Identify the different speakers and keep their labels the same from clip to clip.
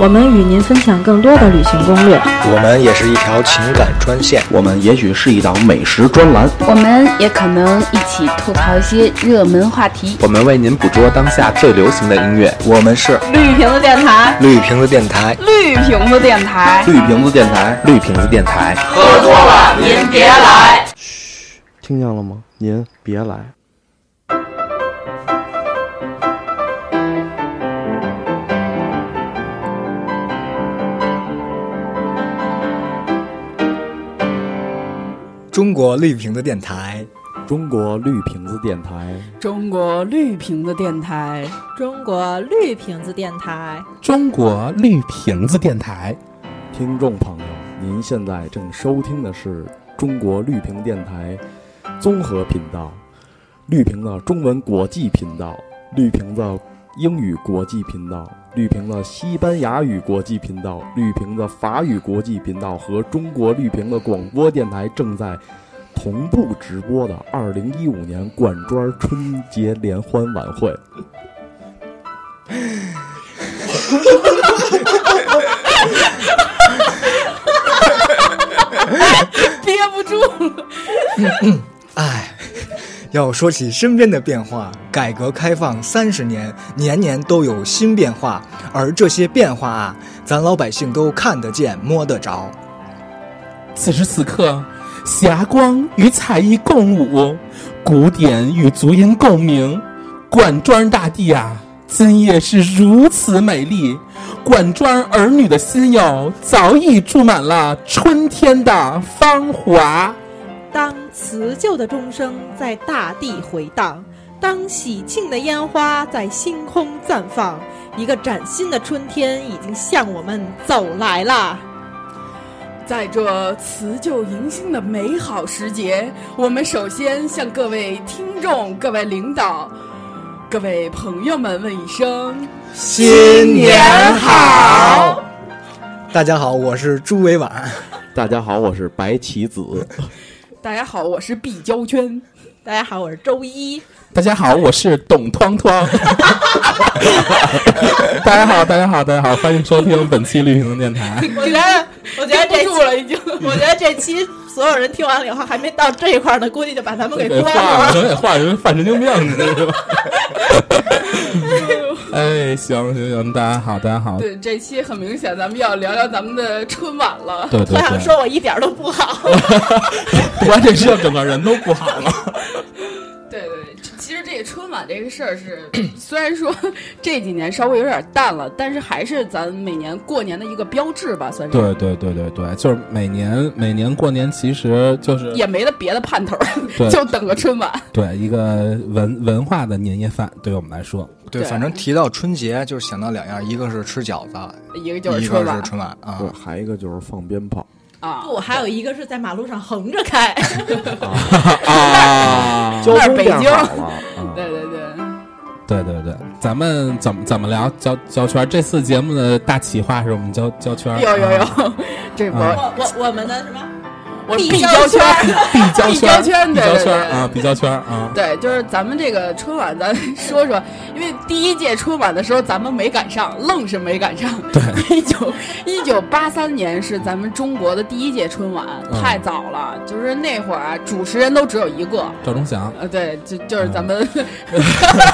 Speaker 1: 我们与您分享更多的旅行攻略。
Speaker 2: 我们也是一条情感专线，
Speaker 3: 我们也许是一档美食专栏，
Speaker 4: 我们也可能一起吐槽一些热门话题。
Speaker 3: 我们为您捕捉当下最流行的音乐。
Speaker 2: 我们是
Speaker 4: 绿瓶子电台，
Speaker 2: 绿瓶子电台。
Speaker 4: 绿瓶子电台，
Speaker 3: 绿瓶子电台，绿瓶子电台。
Speaker 5: 听见了吗？您别来。
Speaker 2: 中国绿瓶子电台，
Speaker 5: 中国绿瓶子电台，
Speaker 6: 中国绿瓶子电台，
Speaker 7: 中国绿瓶子电台，
Speaker 8: 中国绿瓶子电台，
Speaker 5: 听众朋友，您现在正收听的是中国绿瓶电台综合频道，绿瓶的中文国际频道，绿瓶的英语国际频道，绿瓶的西班牙语国际频道，绿瓶的法语国际频道和中国绿瓶的广播电台正在。同步直播的二零一五年灌庄春节联欢晚会，
Speaker 6: 憋不住了。
Speaker 2: 哎，要说起身边的变化，改革开放三十年，年年都有新变化，而这些变化啊，咱老百姓都看得见、摸得着。
Speaker 8: 此时此刻，霞光与彩艺共舞，古典与足音共鸣。管庄大地啊，今夜是如此美丽。管庄儿女的心哟，早已注满了春天的芳华。
Speaker 7: 当辞旧的钟声在大地回荡，当喜庆的烟花在星空绽放，一个崭新的春天已经向我们走来啦！
Speaker 6: 在这辞旧迎新的美好时节，我们首先向各位听众、各位领导、各位朋友们问一声
Speaker 2: 新
Speaker 6: 年好！
Speaker 2: 大家好，我是朱伟婉。
Speaker 5: 大家好，我是白棋子。
Speaker 6: 大家好，我是毕娇圈。
Speaker 7: 大家好，我是周一，
Speaker 8: 大家好，我是董 汤汤。大家好，大家好，大家好，欢迎收听本期绿瓶子电台。
Speaker 7: 我觉得，我觉得
Speaker 6: 憋
Speaker 7: 这
Speaker 6: 不住了，
Speaker 7: 期，
Speaker 6: 已经。
Speaker 7: 我觉得这期所有人听完了以后还没到这一块儿呢，估计就把咱们给
Speaker 8: 给
Speaker 7: 关
Speaker 8: 画了，
Speaker 7: 了。
Speaker 8: 能给画人犯神经病，你知道吧？哎，行行行，大家好，大家好，
Speaker 6: 对，这期很明显，咱们要聊聊咱们的春晚了。
Speaker 8: 对对
Speaker 7: 我想
Speaker 8: 对，
Speaker 7: 说，我一点儿都不好。
Speaker 8: 关键是整个人都不好了。
Speaker 6: 对对对，其实这个春晚这个事儿是，虽然说这几年稍微有点淡了，但是还是咱每年过年的一个标志吧，算是。
Speaker 8: 对对对对对，就是每年每年过年，其实就是
Speaker 6: 也没得别的盼头儿
Speaker 8: 对，
Speaker 6: 就等个春晚。
Speaker 8: 对一个文文化的年夜饭，对于我们来说，
Speaker 2: 对，
Speaker 6: 对
Speaker 2: 反正提到春节，就想到两样，一个是吃饺子，
Speaker 6: 一个就是
Speaker 2: 一
Speaker 6: 春
Speaker 2: 个
Speaker 6: 晚
Speaker 2: 是春晚啊
Speaker 5: 对，。 还一个就是放鞭炮。
Speaker 6: 啊，
Speaker 7: 不，还有一个是在马路上横着开。
Speaker 8: 啊，
Speaker 5: 交通
Speaker 6: 北
Speaker 5: 变
Speaker 6: 京
Speaker 5: 好了，嗯
Speaker 6: 对对对，
Speaker 8: 对对对，咱们怎么怎么聊交交圈儿？这次节目的大企划是我们交交圈儿，
Speaker 6: 有有
Speaker 8: 啊，
Speaker 6: 有，这波
Speaker 2: 嗯
Speaker 8: 啊
Speaker 7: 我我我们的什么？
Speaker 6: 我
Speaker 7: 必
Speaker 6: 必
Speaker 7: 交
Speaker 6: 交
Speaker 7: 圈
Speaker 6: 圈
Speaker 7: 儿
Speaker 6: 儿。
Speaker 8: 必 交
Speaker 6: 必
Speaker 8: 圈儿，
Speaker 6: 交圈儿
Speaker 8: 必
Speaker 6: 对
Speaker 8: 交
Speaker 6: 对
Speaker 8: 圈儿
Speaker 6: 对
Speaker 8: 啊，必交圈儿啊，
Speaker 6: 对，就是咱们这个春晚，咱说说，因为第一届春晚的时候咱们没赶上，愣是没赶上。
Speaker 8: 对，
Speaker 6: 一九一九八三年是咱们中国的第一届春晚，
Speaker 8: 嗯
Speaker 6: 太早了。就是那会儿啊，主持人都只有一个，
Speaker 8: 赵忠祥。
Speaker 6: 呃，对，就就是
Speaker 2: 嗯
Speaker 6: 咱们、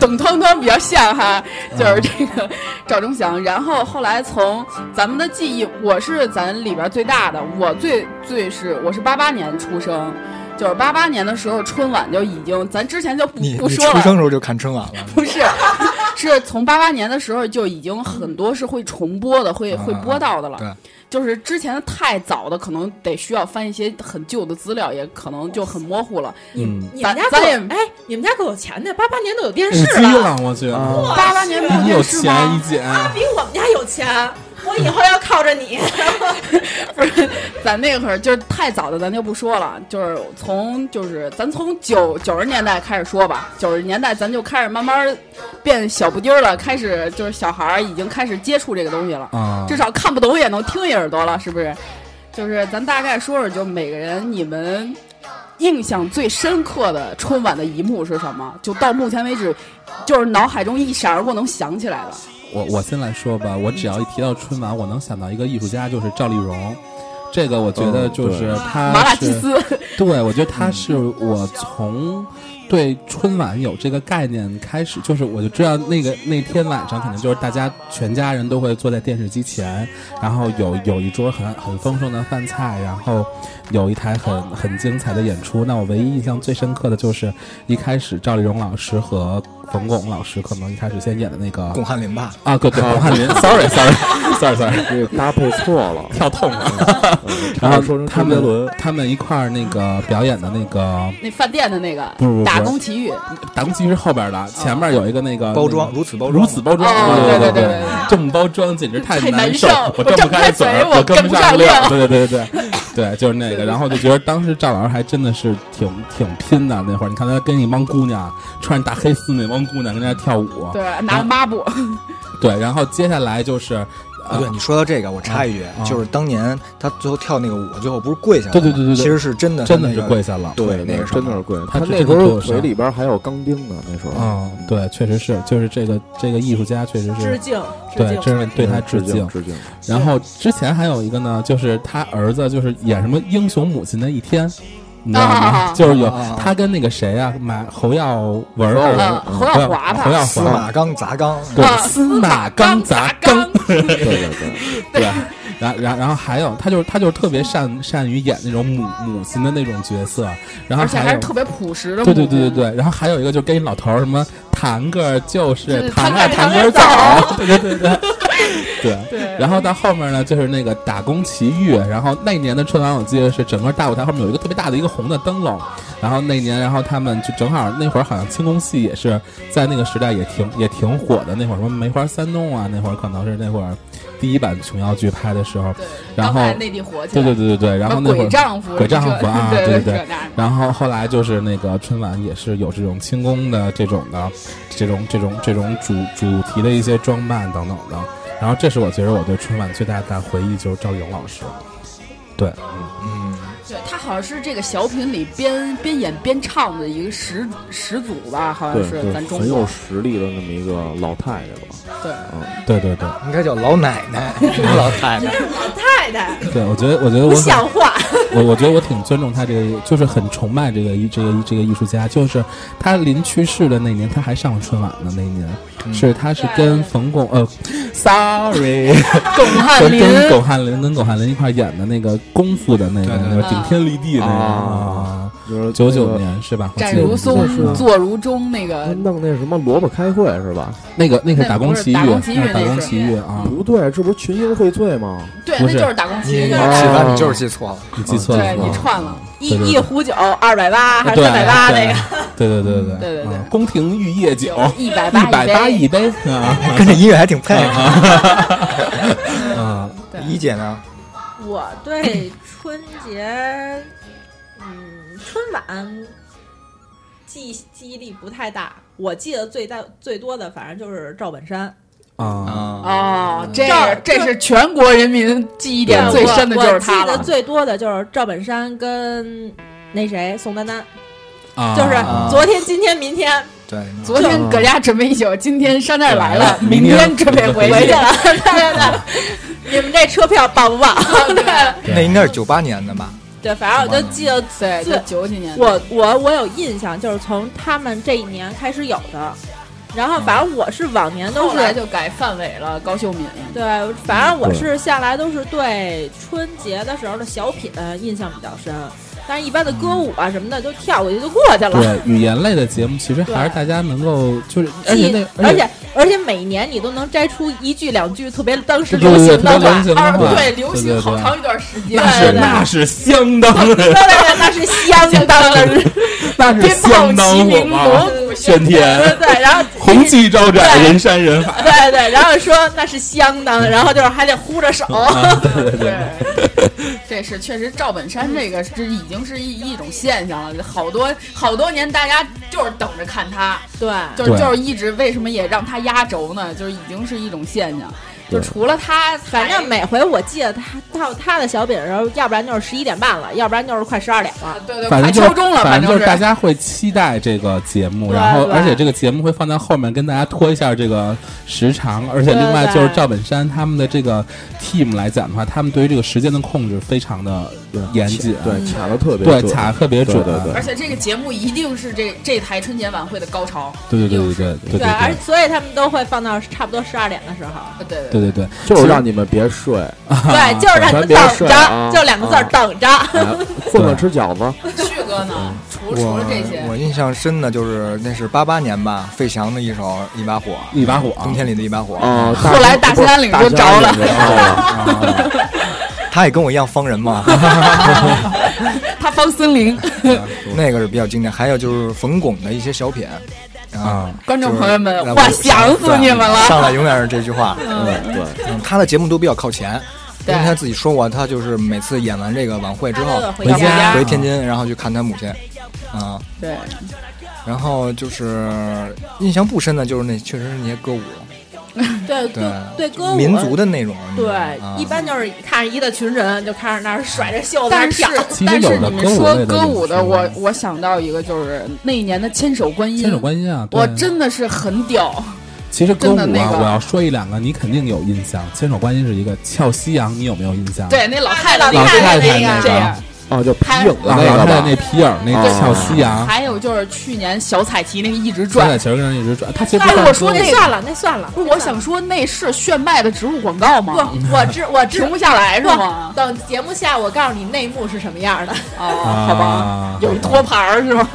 Speaker 6: 董涛涛比较像哈，
Speaker 2: 嗯
Speaker 6: 就是这个赵忠祥。然后后来从咱们的记忆，我是咱里边最大的，我最最是我是八八年出生，就是八八年的时候春晚就已经，咱之前就不
Speaker 2: 你
Speaker 6: 不
Speaker 2: 你
Speaker 6: 说
Speaker 2: 出生
Speaker 6: 了。
Speaker 2: 时候就看春晚了，
Speaker 6: 不是， 是从八八年的时候就已经很多是会重播的，会会
Speaker 2: 嗯嗯嗯
Speaker 6: 播到的了。
Speaker 2: 对，
Speaker 6: 就是之前太早的，可能得需要翻一些很旧的资料，也可能就很模糊了。
Speaker 7: 你
Speaker 8: 嗯
Speaker 7: 你们家
Speaker 6: 咱
Speaker 7: 够
Speaker 6: 咱也
Speaker 7: 哎，你们家够有钱的，八八年都有电
Speaker 8: 五
Speaker 7: 视
Speaker 8: G 了，我去，
Speaker 5: 啊
Speaker 6: 八八年没
Speaker 8: 有
Speaker 6: 电视吗
Speaker 8: 钱一姐，
Speaker 6: 啊
Speaker 7: 他比我们家有钱，我以后要靠着 你。
Speaker 6: 咱那会儿就是太早的，咱就不说了。就是从就是咱从九九十年代开始说吧，九十年代咱就开始慢慢变小不丁儿了，开始就是小孩儿已经开始接触这个东西了，
Speaker 8: 啊，
Speaker 6: 至少看不懂也能听一耳朵了，是不是？就是咱大概说说，就每个人你们印象最深刻的春晚的一幕是什么？就到目前为止，就是脑海中一闪而过能想起来的。
Speaker 8: 我我先来说吧，我只要一提到春晚，我能想到一个艺术家，就是赵丽蓉。这个我觉得就是她
Speaker 6: 哦麻辣
Speaker 8: 啊是
Speaker 6: 鸡丝，
Speaker 8: 对，我觉得他是我从对春晚有这个概念开始，就是我就知道那个那天晚上，可能就是大家全家人都会坐在电视机前，然后有有一桌很很丰盛的饭菜，然后有一台很很精彩的演出。那我唯一印象最深刻的就是一开始赵丽蓉老师和冯巩老师可能一开始先演的那个
Speaker 2: 巩汉林吧，
Speaker 8: 啊，对对，巩汉 林，sorry sorry sorry sorry，
Speaker 5: 这个搭配错了，
Speaker 8: 跳痛了。
Speaker 5: 嗯差
Speaker 8: 然
Speaker 5: 点
Speaker 8: 后
Speaker 5: 说成
Speaker 8: 他
Speaker 5: 周杰
Speaker 8: 们
Speaker 5: 伦。
Speaker 8: 他们一块儿那个表演的那个
Speaker 6: 那饭店的那个
Speaker 8: 不不不
Speaker 6: 打工奇遇，
Speaker 8: 打工其实后边的，前面有一个那个
Speaker 2: 包装，如此包
Speaker 8: 那个
Speaker 2: 装，
Speaker 8: 如此包装，
Speaker 6: 哦
Speaker 8: 对
Speaker 6: 对对
Speaker 8: 对
Speaker 6: 对对
Speaker 8: 这么包装简直
Speaker 6: 太
Speaker 8: 难
Speaker 6: 难
Speaker 8: 受
Speaker 6: 受，
Speaker 8: 我
Speaker 6: 我张
Speaker 8: 张不
Speaker 6: 不
Speaker 8: 开
Speaker 6: 开
Speaker 8: 嘴
Speaker 6: 嘴，
Speaker 8: 我
Speaker 6: 我跟
Speaker 8: 跟不
Speaker 6: 不
Speaker 8: 上
Speaker 6: 上
Speaker 8: 料
Speaker 6: 料，
Speaker 8: 对对对对对，对就是那个，然后就觉得当时赵老师还真的是挺挺拼的，那会儿你看他跟一帮姑娘穿着大黑丝那帮姑娘跟那儿跳舞，
Speaker 6: 对，拿个抹布，
Speaker 8: 对，然后接下来就是，
Speaker 2: 啊，对，你说到这个，我插一句，
Speaker 8: 啊
Speaker 2: 就是当年他最后跳那个舞，最后不是跪下了吗？
Speaker 8: 对对对对对
Speaker 2: 其实是真的，
Speaker 8: 真的
Speaker 2: 那
Speaker 8: 是
Speaker 2: 个
Speaker 8: 跪下了，
Speaker 2: 对那个什么
Speaker 5: 真的是贵，
Speaker 8: 他
Speaker 5: 他
Speaker 8: 直
Speaker 5: 那
Speaker 8: 接
Speaker 5: 时
Speaker 8: 给我
Speaker 5: 候
Speaker 8: 上
Speaker 5: 嘴里边还有钢钉呢，那时候
Speaker 8: 嗯，对，确实是，就是这个这个艺术家确实
Speaker 7: 致
Speaker 8: 是，
Speaker 7: 敬，致
Speaker 8: 对，
Speaker 7: 敬。
Speaker 8: 真是对他致敬
Speaker 5: 敬，。致敬。
Speaker 8: 然后之前还有一个呢，就是他儿子就是演什么《英雄母亲的一天》，你知道吗？
Speaker 6: 啊
Speaker 8: 就是有
Speaker 2: 啊
Speaker 8: 他跟那个谁啊，马侯耀文儿，
Speaker 6: 嗯，侯耀华
Speaker 8: 侯
Speaker 6: 吧，
Speaker 8: 耀
Speaker 2: 司
Speaker 8: 华，
Speaker 2: 马刚砸缸，
Speaker 8: 对，
Speaker 6: 啊
Speaker 8: 司马 刚砸缸，啊
Speaker 5: 对对对，
Speaker 8: 对。然然然后还有他就是他就是特别善善于演那种母母亲的那种角色，然后
Speaker 6: 而且还
Speaker 8: 有
Speaker 6: 是特别朴实的，
Speaker 8: 哎对对对对，对，然后还有一个就跟一老头儿什么弹个就是
Speaker 6: 是
Speaker 8: 弹
Speaker 6: 弹个
Speaker 8: 个弹
Speaker 6: 弹
Speaker 8: 个
Speaker 6: 个
Speaker 8: 枣， 对对对对对。啊
Speaker 6: 对，
Speaker 8: 然后到后面呢，就是那个打工奇遇，然后那年的春晚我记得是整个大舞台后面有一个特别大的一个红的灯笼，然后那年，然后他们就正好那会儿好像清宫戏也是在那个时代也挺也挺火的，那会儿什么梅花三弄啊，那会儿可能是那会儿第一版琼瑶剧拍的时候，
Speaker 6: 对，
Speaker 8: 然后
Speaker 6: 刚在内地火起
Speaker 8: 对
Speaker 6: 来，
Speaker 8: 对对对对，然后
Speaker 6: 什
Speaker 8: 那
Speaker 6: 么
Speaker 8: 会
Speaker 6: 鬼
Speaker 8: 儿。
Speaker 6: 丈夫，
Speaker 8: 鬼丈夫啊
Speaker 6: 这
Speaker 8: 对对
Speaker 6: 对
Speaker 8: 对
Speaker 6: 这那的
Speaker 8: 然后后来就是那个春晚也是有这种清宫的这种的，这种这种这种主主题的一些装扮等等的。然后这是我觉得我对春晚最大的回忆就是赵丽蓉老师，对，
Speaker 2: 嗯，
Speaker 6: 对他好像是这个小品里边边演边唱的一个始始祖吧，好像
Speaker 5: 对
Speaker 6: 啊是
Speaker 5: 对
Speaker 6: 咱中
Speaker 5: 很有
Speaker 6: 国，
Speaker 5: 实力的那么一个老太太吧，
Speaker 6: 对，
Speaker 8: 对对对
Speaker 2: 应该叫老奶奶，老太太，
Speaker 7: 太太
Speaker 8: 对，我觉得我觉得
Speaker 7: 不
Speaker 8: 我很
Speaker 7: 像话，
Speaker 8: 我我觉得我挺尊重他这个，就是很崇拜这个艺这个这个艺术家。就是他临去世的那年，他还上了春晚呢。那一年、
Speaker 2: 嗯
Speaker 8: 是他是跟冯巩呃，sorry，
Speaker 6: 巩汉
Speaker 8: 跟
Speaker 6: 林，
Speaker 8: 跟巩汉林跟巩汉林一块儿演的那个功夫的那个
Speaker 2: 对对对
Speaker 8: 那个顶天立地那个
Speaker 5: 啊，就是
Speaker 8: 九九
Speaker 5: 那个
Speaker 8: 年是吧？我记
Speaker 6: 站
Speaker 8: 得
Speaker 6: 如
Speaker 8: 是吧啊
Speaker 6: 松，坐如钟，那
Speaker 5: 他
Speaker 8: 嗯
Speaker 6: 个
Speaker 5: 呃弄那什么萝卜开会是吧？
Speaker 8: 那个那个
Speaker 6: 那
Speaker 8: 打工
Speaker 6: 不是
Speaker 8: 奇遇，
Speaker 6: 打工奇遇
Speaker 8: 那打
Speaker 6: 那
Speaker 8: 工
Speaker 6: 是
Speaker 8: 奇遇啊，
Speaker 2: 嗯
Speaker 5: 不对，这不是群英荟萃吗？
Speaker 6: 对，
Speaker 8: 不
Speaker 6: 那
Speaker 8: 是
Speaker 6: 就是打工
Speaker 2: 你
Speaker 6: 奇遇，
Speaker 5: 啊
Speaker 2: 记得你就是记错了，
Speaker 8: 你记错了
Speaker 6: 对
Speaker 8: 是吧，
Speaker 6: 你串了，
Speaker 7: 一
Speaker 8: 对对
Speaker 7: 一壶酒二百八还是
Speaker 8: 对
Speaker 7: 三百八那个？
Speaker 8: 对对对对
Speaker 6: 对对对
Speaker 8: 啊宫廷玉液酒
Speaker 6: 一百
Speaker 8: 一百八
Speaker 6: 八
Speaker 8: 一杯啊。
Speaker 2: 跟这音乐还挺配啊。
Speaker 8: 啊，
Speaker 6: 对
Speaker 2: 一姐呢？
Speaker 7: 我对春节，嗯，春晚记记忆力不太大。我记得最大最多的，反正就是赵本山。
Speaker 8: 啊，
Speaker 2: 啊，
Speaker 6: 哦，这
Speaker 7: 这
Speaker 6: 是这是全国人民记忆点最深的就是他
Speaker 7: 我我记
Speaker 6: 了
Speaker 7: 得。最多的就是赵本山跟那谁宋丹丹，
Speaker 8: 啊
Speaker 7: 就是
Speaker 2: 啊
Speaker 7: 昨天、今天、明天
Speaker 2: 对，
Speaker 6: 昨天搁家准备一宿，今天上这儿来了，
Speaker 8: 对
Speaker 6: 明天准备回
Speaker 8: 明
Speaker 7: 回
Speaker 8: 天
Speaker 7: 去了。对对对，你们这车票报 不报？
Speaker 6: 对
Speaker 2: 那应该是九八年的吧？
Speaker 7: 对，反正我就记得
Speaker 6: 对，
Speaker 7: 最
Speaker 6: 就九几年的，
Speaker 7: 我我我有印象，就是从他们这一年开始有的，然后反正我是往年都
Speaker 6: 后
Speaker 7: 是、
Speaker 6: 来就改范伟了，高秀敏。
Speaker 7: 对，反正我是下来都是对春节的时候的小品印象比较深，但是一般的歌舞啊什么的就跳过去就过去了。
Speaker 8: 对语言类的节目，其实还是大家能够就是，而且
Speaker 7: 记
Speaker 8: 那
Speaker 7: 而且而且每年你都能摘出一句两句特别当时
Speaker 8: 对
Speaker 7: 流
Speaker 8: 对对
Speaker 7: 行的
Speaker 8: 特
Speaker 7: 话
Speaker 8: 别流，行的话，
Speaker 6: 对，流行好
Speaker 8: 对对
Speaker 6: 长一段时间，
Speaker 8: 那是
Speaker 7: 对
Speaker 8: 那是相当的，
Speaker 7: 对对 对，那是相当的
Speaker 8: 那是
Speaker 6: 鞭炮齐
Speaker 8: 相当火
Speaker 6: 鸣，
Speaker 8: 爆
Speaker 6: 锣，鼓喧
Speaker 8: 喧
Speaker 7: 对
Speaker 8: 天，
Speaker 7: 对，然后
Speaker 8: 红旗招展，人山人海。
Speaker 7: 对对，然后说那是相当，然后就是还得呼着手。
Speaker 6: 对，这是确实赵本山这个是已经是一一种现象了，好多好多年大家就是等着看他，
Speaker 7: 对，
Speaker 6: 就是
Speaker 8: 对
Speaker 6: 就是一直为什么也让他压轴呢？就是已经是一种现象。就除了他，
Speaker 7: 反正每回我记得他到他的小饼的时候，要不然就是十一点半了，要不然就是快十二点了。
Speaker 6: 对对，
Speaker 8: 反
Speaker 6: 快
Speaker 8: 正就
Speaker 6: 敲钟了，
Speaker 8: 反
Speaker 6: 正
Speaker 8: 就是是大家会期待这个节目，
Speaker 7: 对
Speaker 8: 然后
Speaker 7: 对
Speaker 8: 而且这个节目会放在后面跟大家拖一下这个时长，而且另外就是赵本山他们的这个 team 来讲的话，他们对于这个时间的控制非常的严谨，
Speaker 5: 对，卡的特别
Speaker 8: 对
Speaker 5: 准
Speaker 8: 卡得特别准，
Speaker 5: 对对对
Speaker 6: 而且这个节目一定是这这台春节晚会的高潮。
Speaker 8: 对对对对对对对
Speaker 7: 而
Speaker 8: 对
Speaker 7: 所以他们都会放到差不多十二点的 时候。
Speaker 6: 呃对
Speaker 8: 对对对，
Speaker 5: 就是让你们别睡，
Speaker 7: 对，就是让你们
Speaker 5: 咱别
Speaker 7: 等
Speaker 5: 睡
Speaker 7: 着，
Speaker 5: 啊
Speaker 7: 就两个字儿
Speaker 5: 啊
Speaker 7: 等着。
Speaker 5: 哎 混了吃饺子，
Speaker 6: 对， 旭哥呢？除除了这些
Speaker 2: 我，我印象深的就是那是八八年吧，费翔的一首《一把火》，
Speaker 8: 一把火，
Speaker 2: 冬天里的一把火，
Speaker 5: 啊，
Speaker 6: 后来大兴安岭就着了
Speaker 5: 不是大兴安岭就着啊了，
Speaker 2: 他也跟我一样方人嘛，
Speaker 6: 他方森林。
Speaker 2: 那个是比较经典。还有就是冯巩的一些小品，啊，
Speaker 6: 观众朋友们
Speaker 2: 就是，
Speaker 6: 哇，想死你们了！
Speaker 2: 上来永远是这句话。
Speaker 5: 嗯对，
Speaker 2: 嗯，他的节目都比较靠前，因
Speaker 6: 对
Speaker 2: 为他自己说过，他就是每次演完这个晚会之后
Speaker 7: 他都得回
Speaker 8: 回家
Speaker 2: 回天津，然后去看他母亲，啊，
Speaker 6: 对，
Speaker 2: 然后就是印象不深的就是那确实是那些歌舞，
Speaker 7: 对
Speaker 2: 对
Speaker 7: 对，歌舞
Speaker 2: 民族的那种，
Speaker 7: 对，
Speaker 2: 啊
Speaker 7: 一般就是看着一大群人就开始那儿甩着袖子在那
Speaker 6: 但
Speaker 7: 儿
Speaker 6: 是
Speaker 7: 跳。
Speaker 8: 其实
Speaker 6: 但
Speaker 8: 有
Speaker 6: 是
Speaker 8: 的
Speaker 6: 你
Speaker 8: 歌
Speaker 6: 们
Speaker 8: 舞类
Speaker 6: 说
Speaker 8: 的
Speaker 6: 歌
Speaker 8: 也
Speaker 6: 舞
Speaker 8: 是
Speaker 6: 的，我我想到一个，就是那一年的《千手观音》。
Speaker 8: 千手观音啊，对
Speaker 6: 我真的是很屌，
Speaker 8: 其实歌舞啊，
Speaker 6: 真的那个
Speaker 8: 我要说一两个，你肯定有印象，千手观音是一个，俏夕阳你有没有印象？
Speaker 6: 对，那老太太，
Speaker 8: 老太太
Speaker 6: 那
Speaker 8: 那
Speaker 6: 这样
Speaker 8: 个。
Speaker 5: 哦，就皮影的
Speaker 8: 老
Speaker 5: 那
Speaker 8: 老
Speaker 5: 个
Speaker 8: 太太
Speaker 5: 吧啊
Speaker 8: 那，皮影儿那
Speaker 5: 对
Speaker 8: 小夕阳，
Speaker 6: 还有就是去年小彩旗那个一直
Speaker 8: 转
Speaker 6: 转
Speaker 8: 在，球跟人一直转，他其实不
Speaker 6: 但是
Speaker 8: 算
Speaker 6: 哎我
Speaker 8: 歌
Speaker 6: 说那
Speaker 8: 舞
Speaker 7: 算了，那算了。
Speaker 6: 不是，我想说那是炫迈的植入广告
Speaker 7: 不
Speaker 6: 吗？，
Speaker 7: 我知我知
Speaker 6: 停不下来是
Speaker 7: 不
Speaker 6: 吗？
Speaker 7: 等节目下，我告诉你内幕是什么样的。
Speaker 6: 哦，
Speaker 8: 啊
Speaker 6: 好吧，有一托盘儿是吗？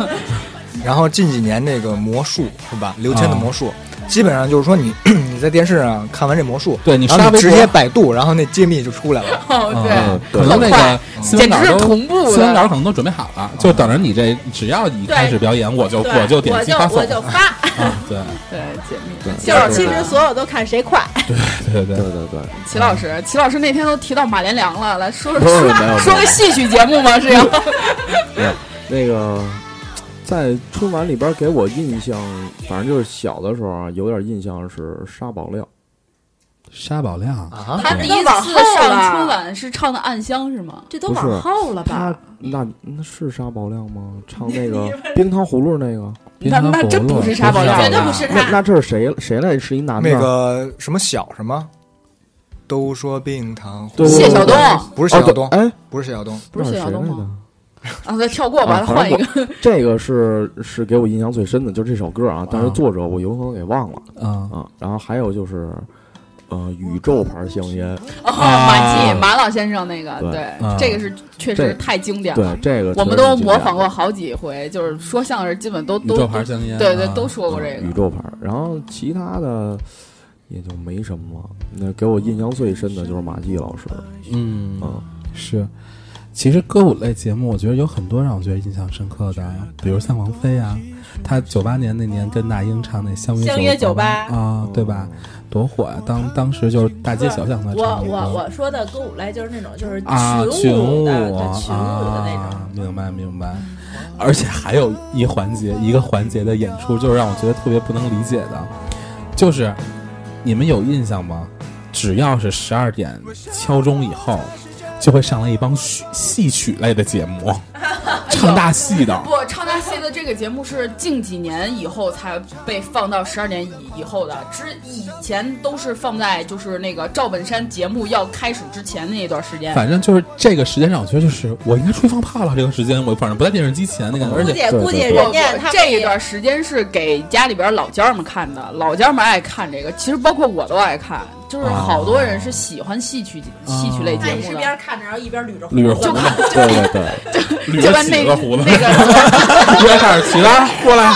Speaker 2: 然后近几年那个魔术是吧？刘
Speaker 8: 啊
Speaker 2: 谦的魔术，基本上就是说你 你在电视上看完这魔术，
Speaker 8: 对你
Speaker 2: 然
Speaker 8: 刷
Speaker 2: 后
Speaker 8: 微博
Speaker 2: 你直接百度，然后那揭秘就出来了。
Speaker 6: 哦，对，
Speaker 8: 嗯可能那个新
Speaker 6: 简
Speaker 8: 闻稿
Speaker 6: 直是
Speaker 8: 都
Speaker 6: 同步
Speaker 8: 新闻稿
Speaker 6: 的。
Speaker 8: 可能都准备好了，就等着你这，只要你开始表演，我就
Speaker 7: 对，
Speaker 8: 我就点击发送
Speaker 7: 我就发，
Speaker 8: 啊，对
Speaker 6: 对，解密。
Speaker 7: 就
Speaker 6: 就是
Speaker 7: 是其实所有都看谁快。
Speaker 8: 对对
Speaker 5: 对
Speaker 8: 对，
Speaker 5: 对对，
Speaker 6: 齐老师，齐老师那天都提到马连良了，来说说
Speaker 5: 不是没有没
Speaker 6: 说
Speaker 5: 有
Speaker 6: 说个戏曲节目吗？是 要
Speaker 5: 那个在春晚里边给我印象，反正就是小的时候啊，有点印象是沙宝亮，
Speaker 8: 沙宝亮
Speaker 2: 啊
Speaker 6: 他第一次上春晚是唱的《暗香》是吗？
Speaker 7: 这都
Speaker 5: 不是
Speaker 7: 往后了
Speaker 5: 他
Speaker 7: 吧？
Speaker 5: 那那是沙宝亮吗？唱那 个冰糖葫芦那个，
Speaker 8: 冰糖葫芦
Speaker 6: 那真不是沙
Speaker 8: 啊
Speaker 6: 宝亮
Speaker 7: 绝对不是
Speaker 5: 那
Speaker 7: 他，
Speaker 5: 那这是谁谁来？是一男的？哦
Speaker 2: 那个什么小什么，都说冰糖葫芦
Speaker 5: 对
Speaker 6: 谢晓东
Speaker 8: 啊
Speaker 2: 不是
Speaker 5: 哦
Speaker 2: 谢晓
Speaker 5: 对
Speaker 2: 东，
Speaker 5: 哎，
Speaker 2: 不是谢晓东，
Speaker 6: 不是
Speaker 5: 那
Speaker 6: 谢
Speaker 5: 谁
Speaker 6: 晓
Speaker 5: 来
Speaker 6: 东
Speaker 5: 的
Speaker 6: 吗？？啊，再跳过吧，
Speaker 5: 啊
Speaker 6: 换一个。
Speaker 5: 这个是是给我印象最深的，就这首歌啊，但是
Speaker 8: 啊
Speaker 5: 作者我有可能给忘了
Speaker 8: 啊
Speaker 5: 啊。然后还有就是，呃，宇宙牌香烟，
Speaker 6: 哦，
Speaker 8: 啊
Speaker 6: 马季马老先生那个，
Speaker 5: 对
Speaker 6: 对
Speaker 8: 啊，
Speaker 6: 这个是确实
Speaker 5: 这
Speaker 6: 太经典了
Speaker 5: 对，，这个
Speaker 6: 我们
Speaker 5: 确实是
Speaker 6: 都模
Speaker 5: 经典
Speaker 6: 仿
Speaker 5: 的
Speaker 6: 过好几回，就是说相声基本都
Speaker 8: 宇
Speaker 6: 都
Speaker 8: 宙牌
Speaker 6: 都
Speaker 8: 香烟，
Speaker 6: 对对
Speaker 8: 啊
Speaker 6: 都说过
Speaker 5: 啊
Speaker 6: 这
Speaker 5: 宇
Speaker 6: 个。
Speaker 5: 宙牌儿，然后其他的也就没什么了。那给我印象最深的就是马季老师，
Speaker 8: 嗯
Speaker 5: 嗯，
Speaker 8: 是。其实歌舞类节目，我觉得有很多让我觉得印象深刻的，比如像王菲啊，她九八年那年跟那英唱那《相约
Speaker 7: 相约酒吧
Speaker 8: 啊，对吧？多火啊！当当时就是大街小巷在唱这
Speaker 7: 我
Speaker 8: 歌。
Speaker 7: 我我说的歌舞类就是那种就是
Speaker 8: 啊，
Speaker 7: 群舞的，
Speaker 8: 舞
Speaker 7: 对群舞的那种。
Speaker 8: 啊，明白明白。而且还有一环节，一个环节的演出，就是让我觉得特别不能理解的，就是你们有印象吗？只要是十二点敲钟以后，就会上来一帮戏戏曲类的节目， 唱大戏的。
Speaker 6: 不，唱大戏的这个节目是近几年以后才被放到十二点以以后的，之以前都是放在就是那个赵本山节目要开始之前那一段时间。
Speaker 8: 反正就是这个时间让我觉得，就是我应该出去放炮了。这个时间我反正不在电视机前那个，而
Speaker 7: 估
Speaker 8: 且
Speaker 7: 计估计
Speaker 5: 对对
Speaker 6: 我
Speaker 7: 人家他们
Speaker 6: 这一
Speaker 7: 也
Speaker 6: 段时间是给家里边老家们看的，老家们爱看这个，其实包括我都爱看，就是
Speaker 8: 啊
Speaker 6: 好多人是喜欢戏曲、戏曲类
Speaker 7: 他
Speaker 6: 节
Speaker 7: 也
Speaker 6: 目
Speaker 7: 是
Speaker 6: 的。
Speaker 7: 边看着，然后一边捋着
Speaker 8: 捋着胡
Speaker 7: 子
Speaker 8: 子
Speaker 7: 嘛。
Speaker 8: 嘛，
Speaker 5: 对对对，
Speaker 8: 捋
Speaker 6: 就
Speaker 8: 着
Speaker 6: 跟
Speaker 8: 几
Speaker 6: 那
Speaker 8: 个胡子，
Speaker 6: 那个
Speaker 8: 一边开始起来过来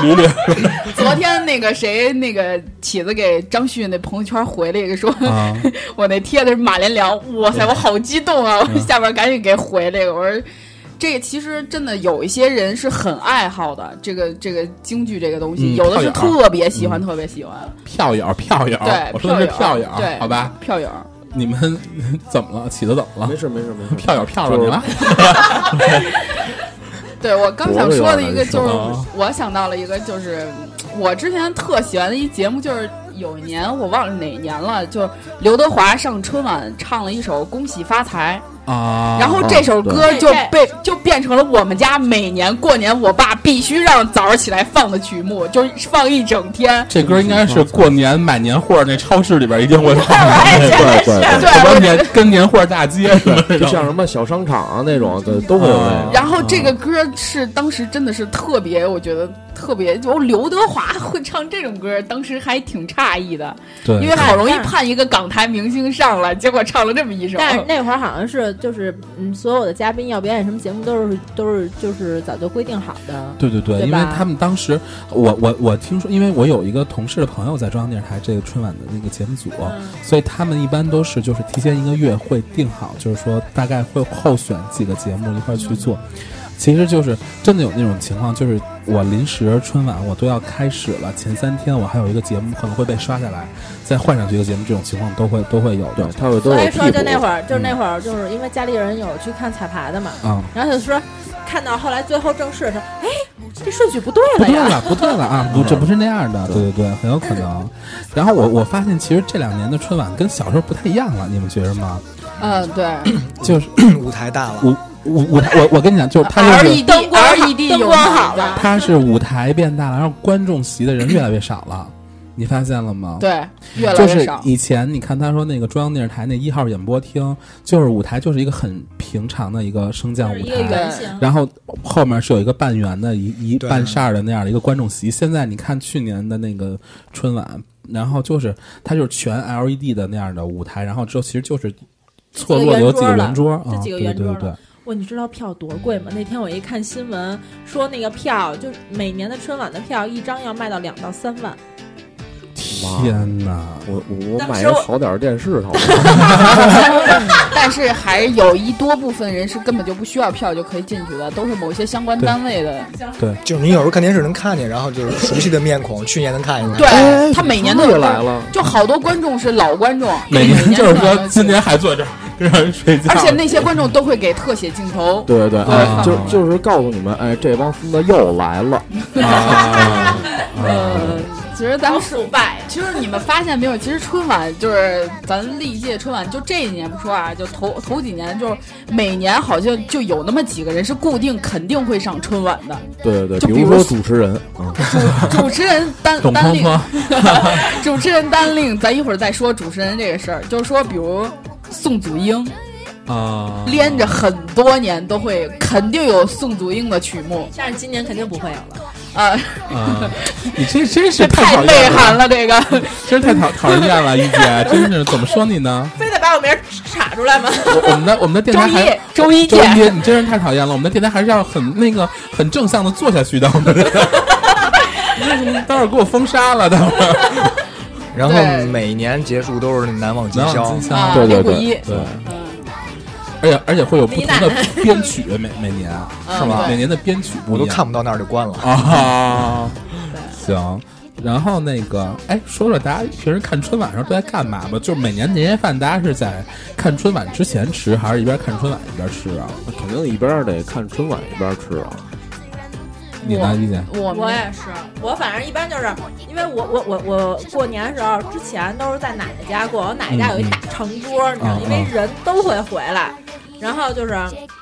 Speaker 8: 捋捋。
Speaker 6: 昨天那个谁那个起子给张旭那朋友圈回了一个说，
Speaker 8: 啊，
Speaker 6: 我那贴的是马连良，哇塞，我好激动啊！
Speaker 8: 嗯
Speaker 6: 我下边赶紧给回这个，我说。这个其实真的有一些人是很爱好的，这个这个京剧这个东西，
Speaker 8: 嗯
Speaker 6: 有的是
Speaker 8: 票友
Speaker 6: 特别喜欢，
Speaker 8: 嗯
Speaker 6: 特别喜欢。
Speaker 8: 票友，票友，
Speaker 6: 对
Speaker 8: 啊我说的是
Speaker 6: 票
Speaker 8: 票
Speaker 6: 友
Speaker 8: 友，啊
Speaker 6: 对
Speaker 8: 好吧？
Speaker 6: 票友，
Speaker 8: 你们怎么了？起的怎么
Speaker 5: 没
Speaker 8: 了？
Speaker 5: 事没事没事，
Speaker 8: 票友，票友，
Speaker 5: 就
Speaker 8: 你了？
Speaker 6: 对我刚想说的一个就是
Speaker 8: 脖子有点难受啊，
Speaker 6: 我想到了一个就是我之前特喜欢的一节目，就是有一年我忘了哪年了，就刘德华上春晚唱了一首《恭喜发财》，
Speaker 8: 啊，
Speaker 6: 然后这首歌就被就变成了我们家每年过年我爸必须让早上起来放的曲目，就是放一整天。
Speaker 8: 这歌应该是过年买年货那超市里边一定会放的，
Speaker 6: 哎，
Speaker 5: 对对对，
Speaker 6: 对
Speaker 8: 什么
Speaker 6: 我
Speaker 8: 年跟年货大街似 的，
Speaker 5: 就像什么小商场啊那种，对，都会有那
Speaker 8: 啊
Speaker 5: 个。
Speaker 6: 然后这个歌是当时真的是特别，我觉得特别，就刘德华 会唱这种歌，当时还挺诧异的，
Speaker 8: 对
Speaker 6: 因为好容易盼一个港台明星上来，结果唱了这么一首。
Speaker 7: 但是那会儿好像是就是嗯，所有的嘉宾要表演什么节目都是都是就是早就规定好的。
Speaker 8: 对对对，
Speaker 7: 对
Speaker 8: 因为
Speaker 7: 吧
Speaker 8: 他们当时，我我我听说，因为我有一个同事的朋友在中央电视台这个春晚的那个节目组，所以他们一般都是就是提前一个月会定好，就是说大概会候选几个节目一块儿去做。其实就是真的有那种情况，就是我临时春晚我都要开始了，前三天我还有一个节目可能会被刷下来，再换上去一个节目，这种情况都会都会有
Speaker 5: 对
Speaker 8: 的，。
Speaker 5: 他会都有
Speaker 7: 所以
Speaker 5: 替
Speaker 7: 说，
Speaker 5: 补。
Speaker 7: 就那会儿，就是那会儿，就是因为家里人有去看彩排的嘛，
Speaker 8: 嗯，
Speaker 7: 然后他就说，看到后来最后正式的时候，哎，这顺序不对
Speaker 8: 不
Speaker 7: 了
Speaker 8: 对
Speaker 7: 呀。
Speaker 8: 了，不对了啊，不，这不是那样的，对对对，很有可能。然后我我发现，其实这两年的春晚跟小时候不太一样了，你们觉着吗？
Speaker 6: 嗯，对
Speaker 8: 就是
Speaker 2: 舞台大了，
Speaker 8: 舞舞舞台，我我跟你讲，就是它就是
Speaker 6: ，LED LED
Speaker 7: 灯
Speaker 6: 有
Speaker 7: 光好了，
Speaker 8: 它是舞台变大了，然后观众席的人越来越少了，你发现了吗？。
Speaker 6: 对，越来
Speaker 8: 就
Speaker 6: 越
Speaker 8: 是
Speaker 6: 少。
Speaker 8: 以前你看他说那个中央电视台那一号演播厅，就是舞台就是一个很平常的一个升降舞
Speaker 7: 一个
Speaker 8: 台，
Speaker 7: 圆形，
Speaker 8: 然后后面是有一个半圆的一一
Speaker 2: 对
Speaker 8: 半扇儿的那样的一个观众席。现在你看去年的那个春晚，然后就是它就是全 LED 的那样的舞台，然后之后其实就是错落的有几个圆桌啊
Speaker 7: 就，几个
Speaker 8: 对
Speaker 7: 圆桌
Speaker 8: 对
Speaker 7: 了
Speaker 8: 对，
Speaker 9: 哇，你知道票多贵吗？那天我一看新闻，说那个票就是每年的春晚的票，一张要卖到两到三万。
Speaker 8: 天哪！
Speaker 5: 我我我
Speaker 9: 当
Speaker 5: 买
Speaker 9: 时
Speaker 5: 一个
Speaker 9: 我
Speaker 5: 好点儿电视，好吧？
Speaker 6: 但是还有一多部分人是根本就不需要票就可以进去的，都是某些相关
Speaker 8: 对
Speaker 6: 单位的。
Speaker 2: 就是你有时候看电视能看见，然后就是熟悉的面 孔，去年能看一看。
Speaker 8: 哎
Speaker 6: 对，他每年都有
Speaker 5: 又来了，
Speaker 6: 就好多观众是老观众，
Speaker 8: 每年就是
Speaker 6: 都有
Speaker 8: 说今年还坐这儿跟人睡 觉，
Speaker 6: 而且那些观众都会给特写镜头。
Speaker 5: 对对对，
Speaker 8: 对
Speaker 5: 哎，就就是告诉你们，哎，这帮孙子又来了。
Speaker 8: 啊，
Speaker 6: 呃，其实咱们腐败，其实你们发现没有？其实春晚就是咱历届春晚，就这一年不说啊，就头头几年，就是每年好像就有那么几个人是固定肯定会上春晚 的，
Speaker 5: 对对
Speaker 6: 就
Speaker 5: 对，
Speaker 6: 比
Speaker 5: 比如
Speaker 6: 如
Speaker 5: 说主持人啊，
Speaker 6: 主持人单
Speaker 8: 董
Speaker 6: 单
Speaker 8: 芳
Speaker 6: 令，
Speaker 8: 芳，
Speaker 6: 主持人单令，咱一会儿再说主持人这个事儿。就是说，比如宋祖英
Speaker 8: 啊，
Speaker 6: 连着很多年都会，肯定有宋祖英的曲目
Speaker 9: 但是今年肯定不会有了。
Speaker 6: 啊，
Speaker 8: 啊，你这真是
Speaker 6: 这
Speaker 8: 太
Speaker 6: 太
Speaker 8: 讨
Speaker 6: 内
Speaker 8: 厌
Speaker 6: 涵
Speaker 8: 了，
Speaker 6: 了，这个。
Speaker 8: 真是太讨讨人厌了，一姐，真是怎么说你呢？
Speaker 9: 非得把我名儿查出来吗？
Speaker 8: 我我们的我们的电
Speaker 6: 周
Speaker 8: 台还
Speaker 6: 一周一
Speaker 8: 周
Speaker 6: 见，
Speaker 8: 一，你真是太讨厌了。我们的电台还是要很那个很正向的做下去的。 我们的你为什么待会儿给我封杀了？待会儿
Speaker 2: 然
Speaker 6: 对
Speaker 2: 后每年结束都是那难忘今
Speaker 8: 难
Speaker 2: 宵
Speaker 8: 忘今，宵
Speaker 6: 啊，
Speaker 5: 对对
Speaker 6: 李谷
Speaker 5: 对
Speaker 6: 一，
Speaker 8: 对，
Speaker 6: 嗯。
Speaker 8: 而且而且会有不同的编曲，每每年是
Speaker 6: 嗯
Speaker 8: 吧？
Speaker 6: 对
Speaker 8: 每年的编曲不
Speaker 2: 我
Speaker 8: 一
Speaker 2: 都
Speaker 8: 样
Speaker 2: 看不到那儿就关了。
Speaker 8: 啊。行，然后那个，哎，说说大家平时看春晚的时候都在干嘛吧？就是每年年夜饭，大家是在看春晚之前吃，还是一边看春晚一边吃啊？
Speaker 5: 肯定一边儿得看春晚一边儿吃啊。
Speaker 8: 你呢，意见？
Speaker 6: 我
Speaker 7: 我
Speaker 6: 们
Speaker 7: 也是，我反正一般就是，因为我我我我过年的时候之前都是在奶奶家过，我奶奶家有一大长桌，你知道，
Speaker 8: 嗯
Speaker 7: 因为人都会回来。然后就是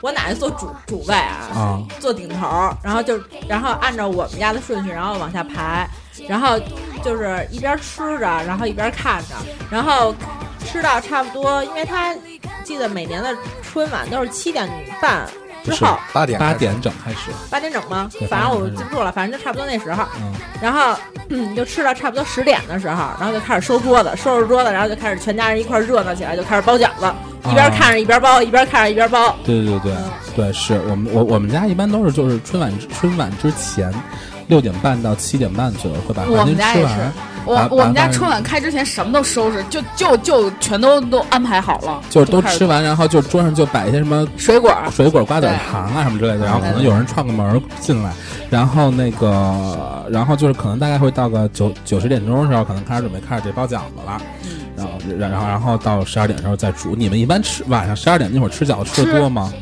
Speaker 7: 我奶奶坐主主位啊，
Speaker 8: 啊，
Speaker 7: 坐顶头，然后就然后按照我们家的顺序，然后往下排，然后就是一边吃着，然后一边看着，然后吃到差不多，因为他记得每年的春晚都是七点半之
Speaker 8: 不是
Speaker 7: 后
Speaker 2: 八点
Speaker 8: 八点整开始，
Speaker 7: 八点整吗
Speaker 8: 对？
Speaker 7: 反正我
Speaker 8: 8点整
Speaker 7: 记不住了，反正就差不多那时候。
Speaker 8: 嗯，
Speaker 7: 然后嗯，就吃到差不多十点的时候，然后就开始收桌子，收拾桌子，然后就开始全家人一块儿热闹起来，就开始包饺子，一边看着一边包，一边看着一边包。
Speaker 8: 对对对对，是我们我我们家一般都是就是春晚春晚之前六点半到七点半左右会把
Speaker 6: 我
Speaker 8: 饭
Speaker 6: 们
Speaker 8: 店
Speaker 6: 家
Speaker 8: 吃
Speaker 6: 也是
Speaker 8: 完，，
Speaker 6: 我
Speaker 8: 把
Speaker 6: 我们
Speaker 8: 把
Speaker 6: 家
Speaker 8: 饭
Speaker 6: 春晚开之前什么都收拾，就就就全都都安排好了，
Speaker 8: 就是都
Speaker 6: 开始
Speaker 8: 吃完，然后就桌上就摆一些什么
Speaker 6: 水果儿，
Speaker 8: 水果、瓜子
Speaker 6: 对、
Speaker 8: 糖啊什么之类的，然后可能有人串个门儿进来，然后那个，然后就是可能大概会到个九九十点钟的时候，可能开始准备开始这包饺子了，
Speaker 6: 嗯
Speaker 8: 然后然然后然后到十二点的时候再煮。你们一般吃晚上十二点那会儿吃饺子吃的多吗？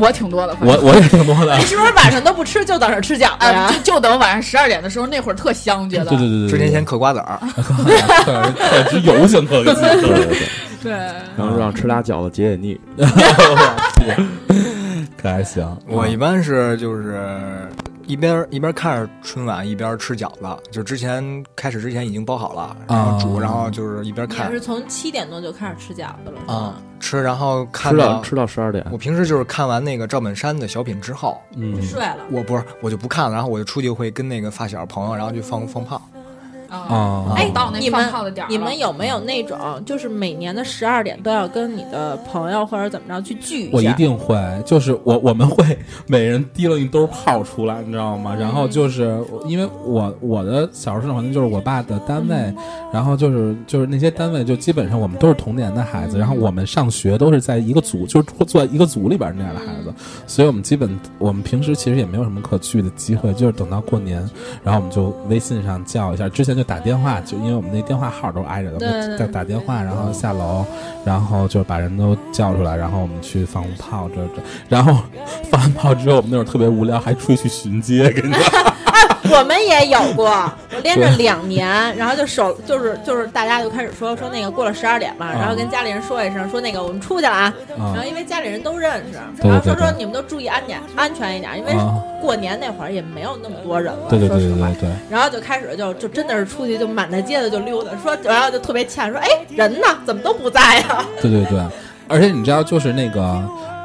Speaker 6: 我挺多的，反
Speaker 8: 我
Speaker 6: 正
Speaker 8: 我也挺多的
Speaker 7: 你。是不是晚上都不吃，就等着吃 饺子
Speaker 6: 哎，
Speaker 7: 呀
Speaker 6: 就？就等晚上十二点的时候，那会儿特香，觉
Speaker 8: 对
Speaker 6: 得
Speaker 8: 对对对，对
Speaker 2: 之前先嗑瓜子儿，
Speaker 8: 特特之油性可以。
Speaker 10: 对对对，
Speaker 6: 对
Speaker 10: 然后让吃俩饺子解解腻。
Speaker 8: 可还行，
Speaker 7: 嗯
Speaker 2: 我一般是就是一边一边看着春晚一边吃饺子，就之前开始之前已经包好了，然后煮，
Speaker 8: 啊
Speaker 2: 然后就是一边
Speaker 7: 你也
Speaker 2: 看
Speaker 7: 是嗯从七点多就开始吃饺子了
Speaker 2: 啊、？吃，然后看
Speaker 10: 吃到
Speaker 2: 到
Speaker 10: 吃到十二点，
Speaker 2: 我平时就是看完那个赵本山的小品之后，
Speaker 8: 嗯，
Speaker 7: 睡了，
Speaker 2: 我不是我就不看了，然后我就出去会跟那个发小朋友，然后去放放炮。
Speaker 8: 啊
Speaker 7: 哎
Speaker 6: 到那
Speaker 7: 你
Speaker 6: 放
Speaker 7: 们
Speaker 6: 炮的点儿
Speaker 7: 你
Speaker 6: 了
Speaker 7: 们有没有那种，就是每年的十二点都要跟你的朋友或者怎么着去聚
Speaker 8: 我
Speaker 7: 一
Speaker 8: 一
Speaker 7: 下？
Speaker 8: 定会，就是我我们会每人提溜一兜炮出来，你知道吗？然后就是因为我我的小时候生活环境就是我爸的单位，然后就是就是那些单位就基本上我们都是同年的孩子，然后我们上学都是在一个组，就是坐在一个组里边那样的孩子，所以我们基本我们平时其实也没有什么可聚的机会，就是等到过年，然后我们就微信上叫一下，之前就打电话，就因为我们那电话号都挨着的，
Speaker 7: 对
Speaker 8: 我们
Speaker 7: 对
Speaker 8: 打
Speaker 7: 对
Speaker 8: 打电话，然后下楼，然后就把人都叫出来，然后我们去放炮，这这，然后放完炮之后，我们那会儿特别无聊，还出去去巡街，跟你说，
Speaker 7: 我们也有 过，我连着两年，然后就手就是就是大家就开始说说那个过了十二点嘛，
Speaker 8: 啊
Speaker 7: 然后跟家里人说一声，说那个我们出去了啊。 然
Speaker 8: 啊
Speaker 7: 后因为家里人都认识，
Speaker 8: 对
Speaker 7: 然后说
Speaker 8: 对对
Speaker 7: 说你们都注意安点安全一点，因为
Speaker 8: 啊，
Speaker 7: 过年那会儿也没有那么多人了，
Speaker 8: 对对对
Speaker 7: 说
Speaker 8: 对
Speaker 7: 实话
Speaker 8: 对。对，
Speaker 7: 然后就开始就就真的是出去就满大街的就溜达，说然后就特别欠说哎人呢怎么都不在啊呀、
Speaker 8: 对对对，而且你知道，就是那个，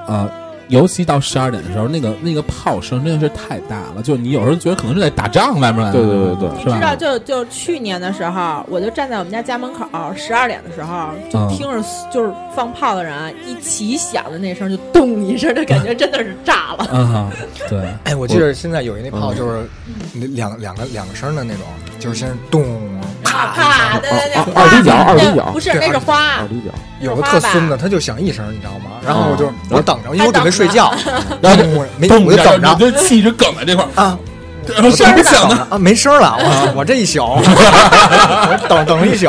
Speaker 8: 呃，尤其到十二点的时候，那个那个炮声真的是太大了，就你有时候觉得可能是在打仗外面来的，
Speaker 10: 对对对
Speaker 7: 你
Speaker 8: 是
Speaker 7: 知道
Speaker 8: 吧？
Speaker 7: 就就去年的时候，我就站在我们家家门口十二点的时候，就
Speaker 8: 嗯
Speaker 7: 听着就是放炮的人啊一起响的那声，就咚一声，就感觉真的是炸了。
Speaker 8: 啊，对，
Speaker 2: 哎，我记得现在有一那炮就是两两个两个声的那种，就是先是咚
Speaker 6: 啊
Speaker 2: 啪一
Speaker 7: 啪，
Speaker 2: 声，
Speaker 7: 对对对，
Speaker 10: 二二踢脚
Speaker 7: 啪
Speaker 10: 二踢
Speaker 7: 那
Speaker 10: 脚
Speaker 7: 不是那是花
Speaker 10: 二，踢脚，
Speaker 2: 有个特孙子他就响一声，你知道吗？然后我就
Speaker 10: 嗯
Speaker 2: 我等着，因为我准备睡觉，
Speaker 8: 然后
Speaker 2: 我 没
Speaker 8: 咚
Speaker 2: 我就
Speaker 8: 一下
Speaker 2: 啊等着
Speaker 8: 你就气质梗在这 块儿，
Speaker 2: 啊，
Speaker 8: 然后
Speaker 2: 我
Speaker 8: 声
Speaker 2: 等
Speaker 8: 儿
Speaker 2: 着
Speaker 8: 响
Speaker 2: 等
Speaker 8: 的
Speaker 2: 着啊，没声儿了， 我我这一宿，我等等了一宿。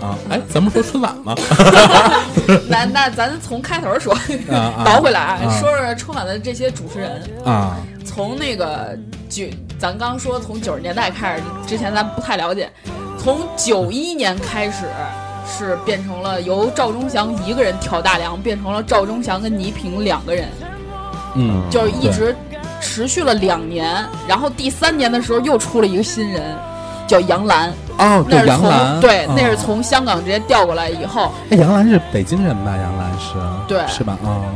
Speaker 8: 啊，哎，咱们说春晚吗？
Speaker 6: 那那咱从开头说，
Speaker 8: 啊 啊
Speaker 6: 倒回来啊，
Speaker 8: 啊
Speaker 6: 说说春晚的这些主持人，
Speaker 8: 啊，
Speaker 6: 从那个九，咱刚说从九十年代开始，之前咱不太了解，从九一年开始是变成了由赵忠祥一个人挑大梁，变成了赵忠祥跟倪萍两个人，
Speaker 8: 嗯，
Speaker 6: 就是一直持续了两年，然后第三年的时候又出了一个新人。叫杨澜，那
Speaker 8: 哦，对
Speaker 6: 是
Speaker 8: 杨澜，
Speaker 6: 从对，
Speaker 8: 嗯
Speaker 6: 那是从香港直接调过来以后，
Speaker 8: 哎杨澜是北京人吧？杨澜是，
Speaker 6: 对
Speaker 8: 是吧？啊，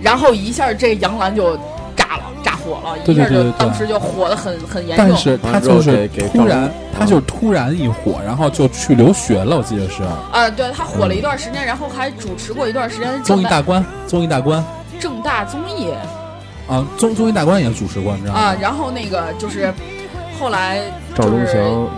Speaker 6: 然后一下这杨澜就炸了，炸火了，
Speaker 8: 对
Speaker 6: 一
Speaker 8: 对
Speaker 6: 下
Speaker 8: 对对
Speaker 6: 就
Speaker 8: 对
Speaker 6: 当时就火的很很严
Speaker 8: 但
Speaker 6: 重。
Speaker 8: 是他就是突然，他就是突然一火，然后就去留学了，我记得是
Speaker 6: 啊、对他火了一段时间，然后还主持过一段时间
Speaker 8: 嗯综
Speaker 6: 正
Speaker 8: 艺
Speaker 6: 大
Speaker 8: 大观，综艺大观。
Speaker 6: 正大综艺
Speaker 8: 啊，综综艺大观也主持过，你知道吗？
Speaker 6: 啊、然后那个就是后来
Speaker 10: 赵忠祥，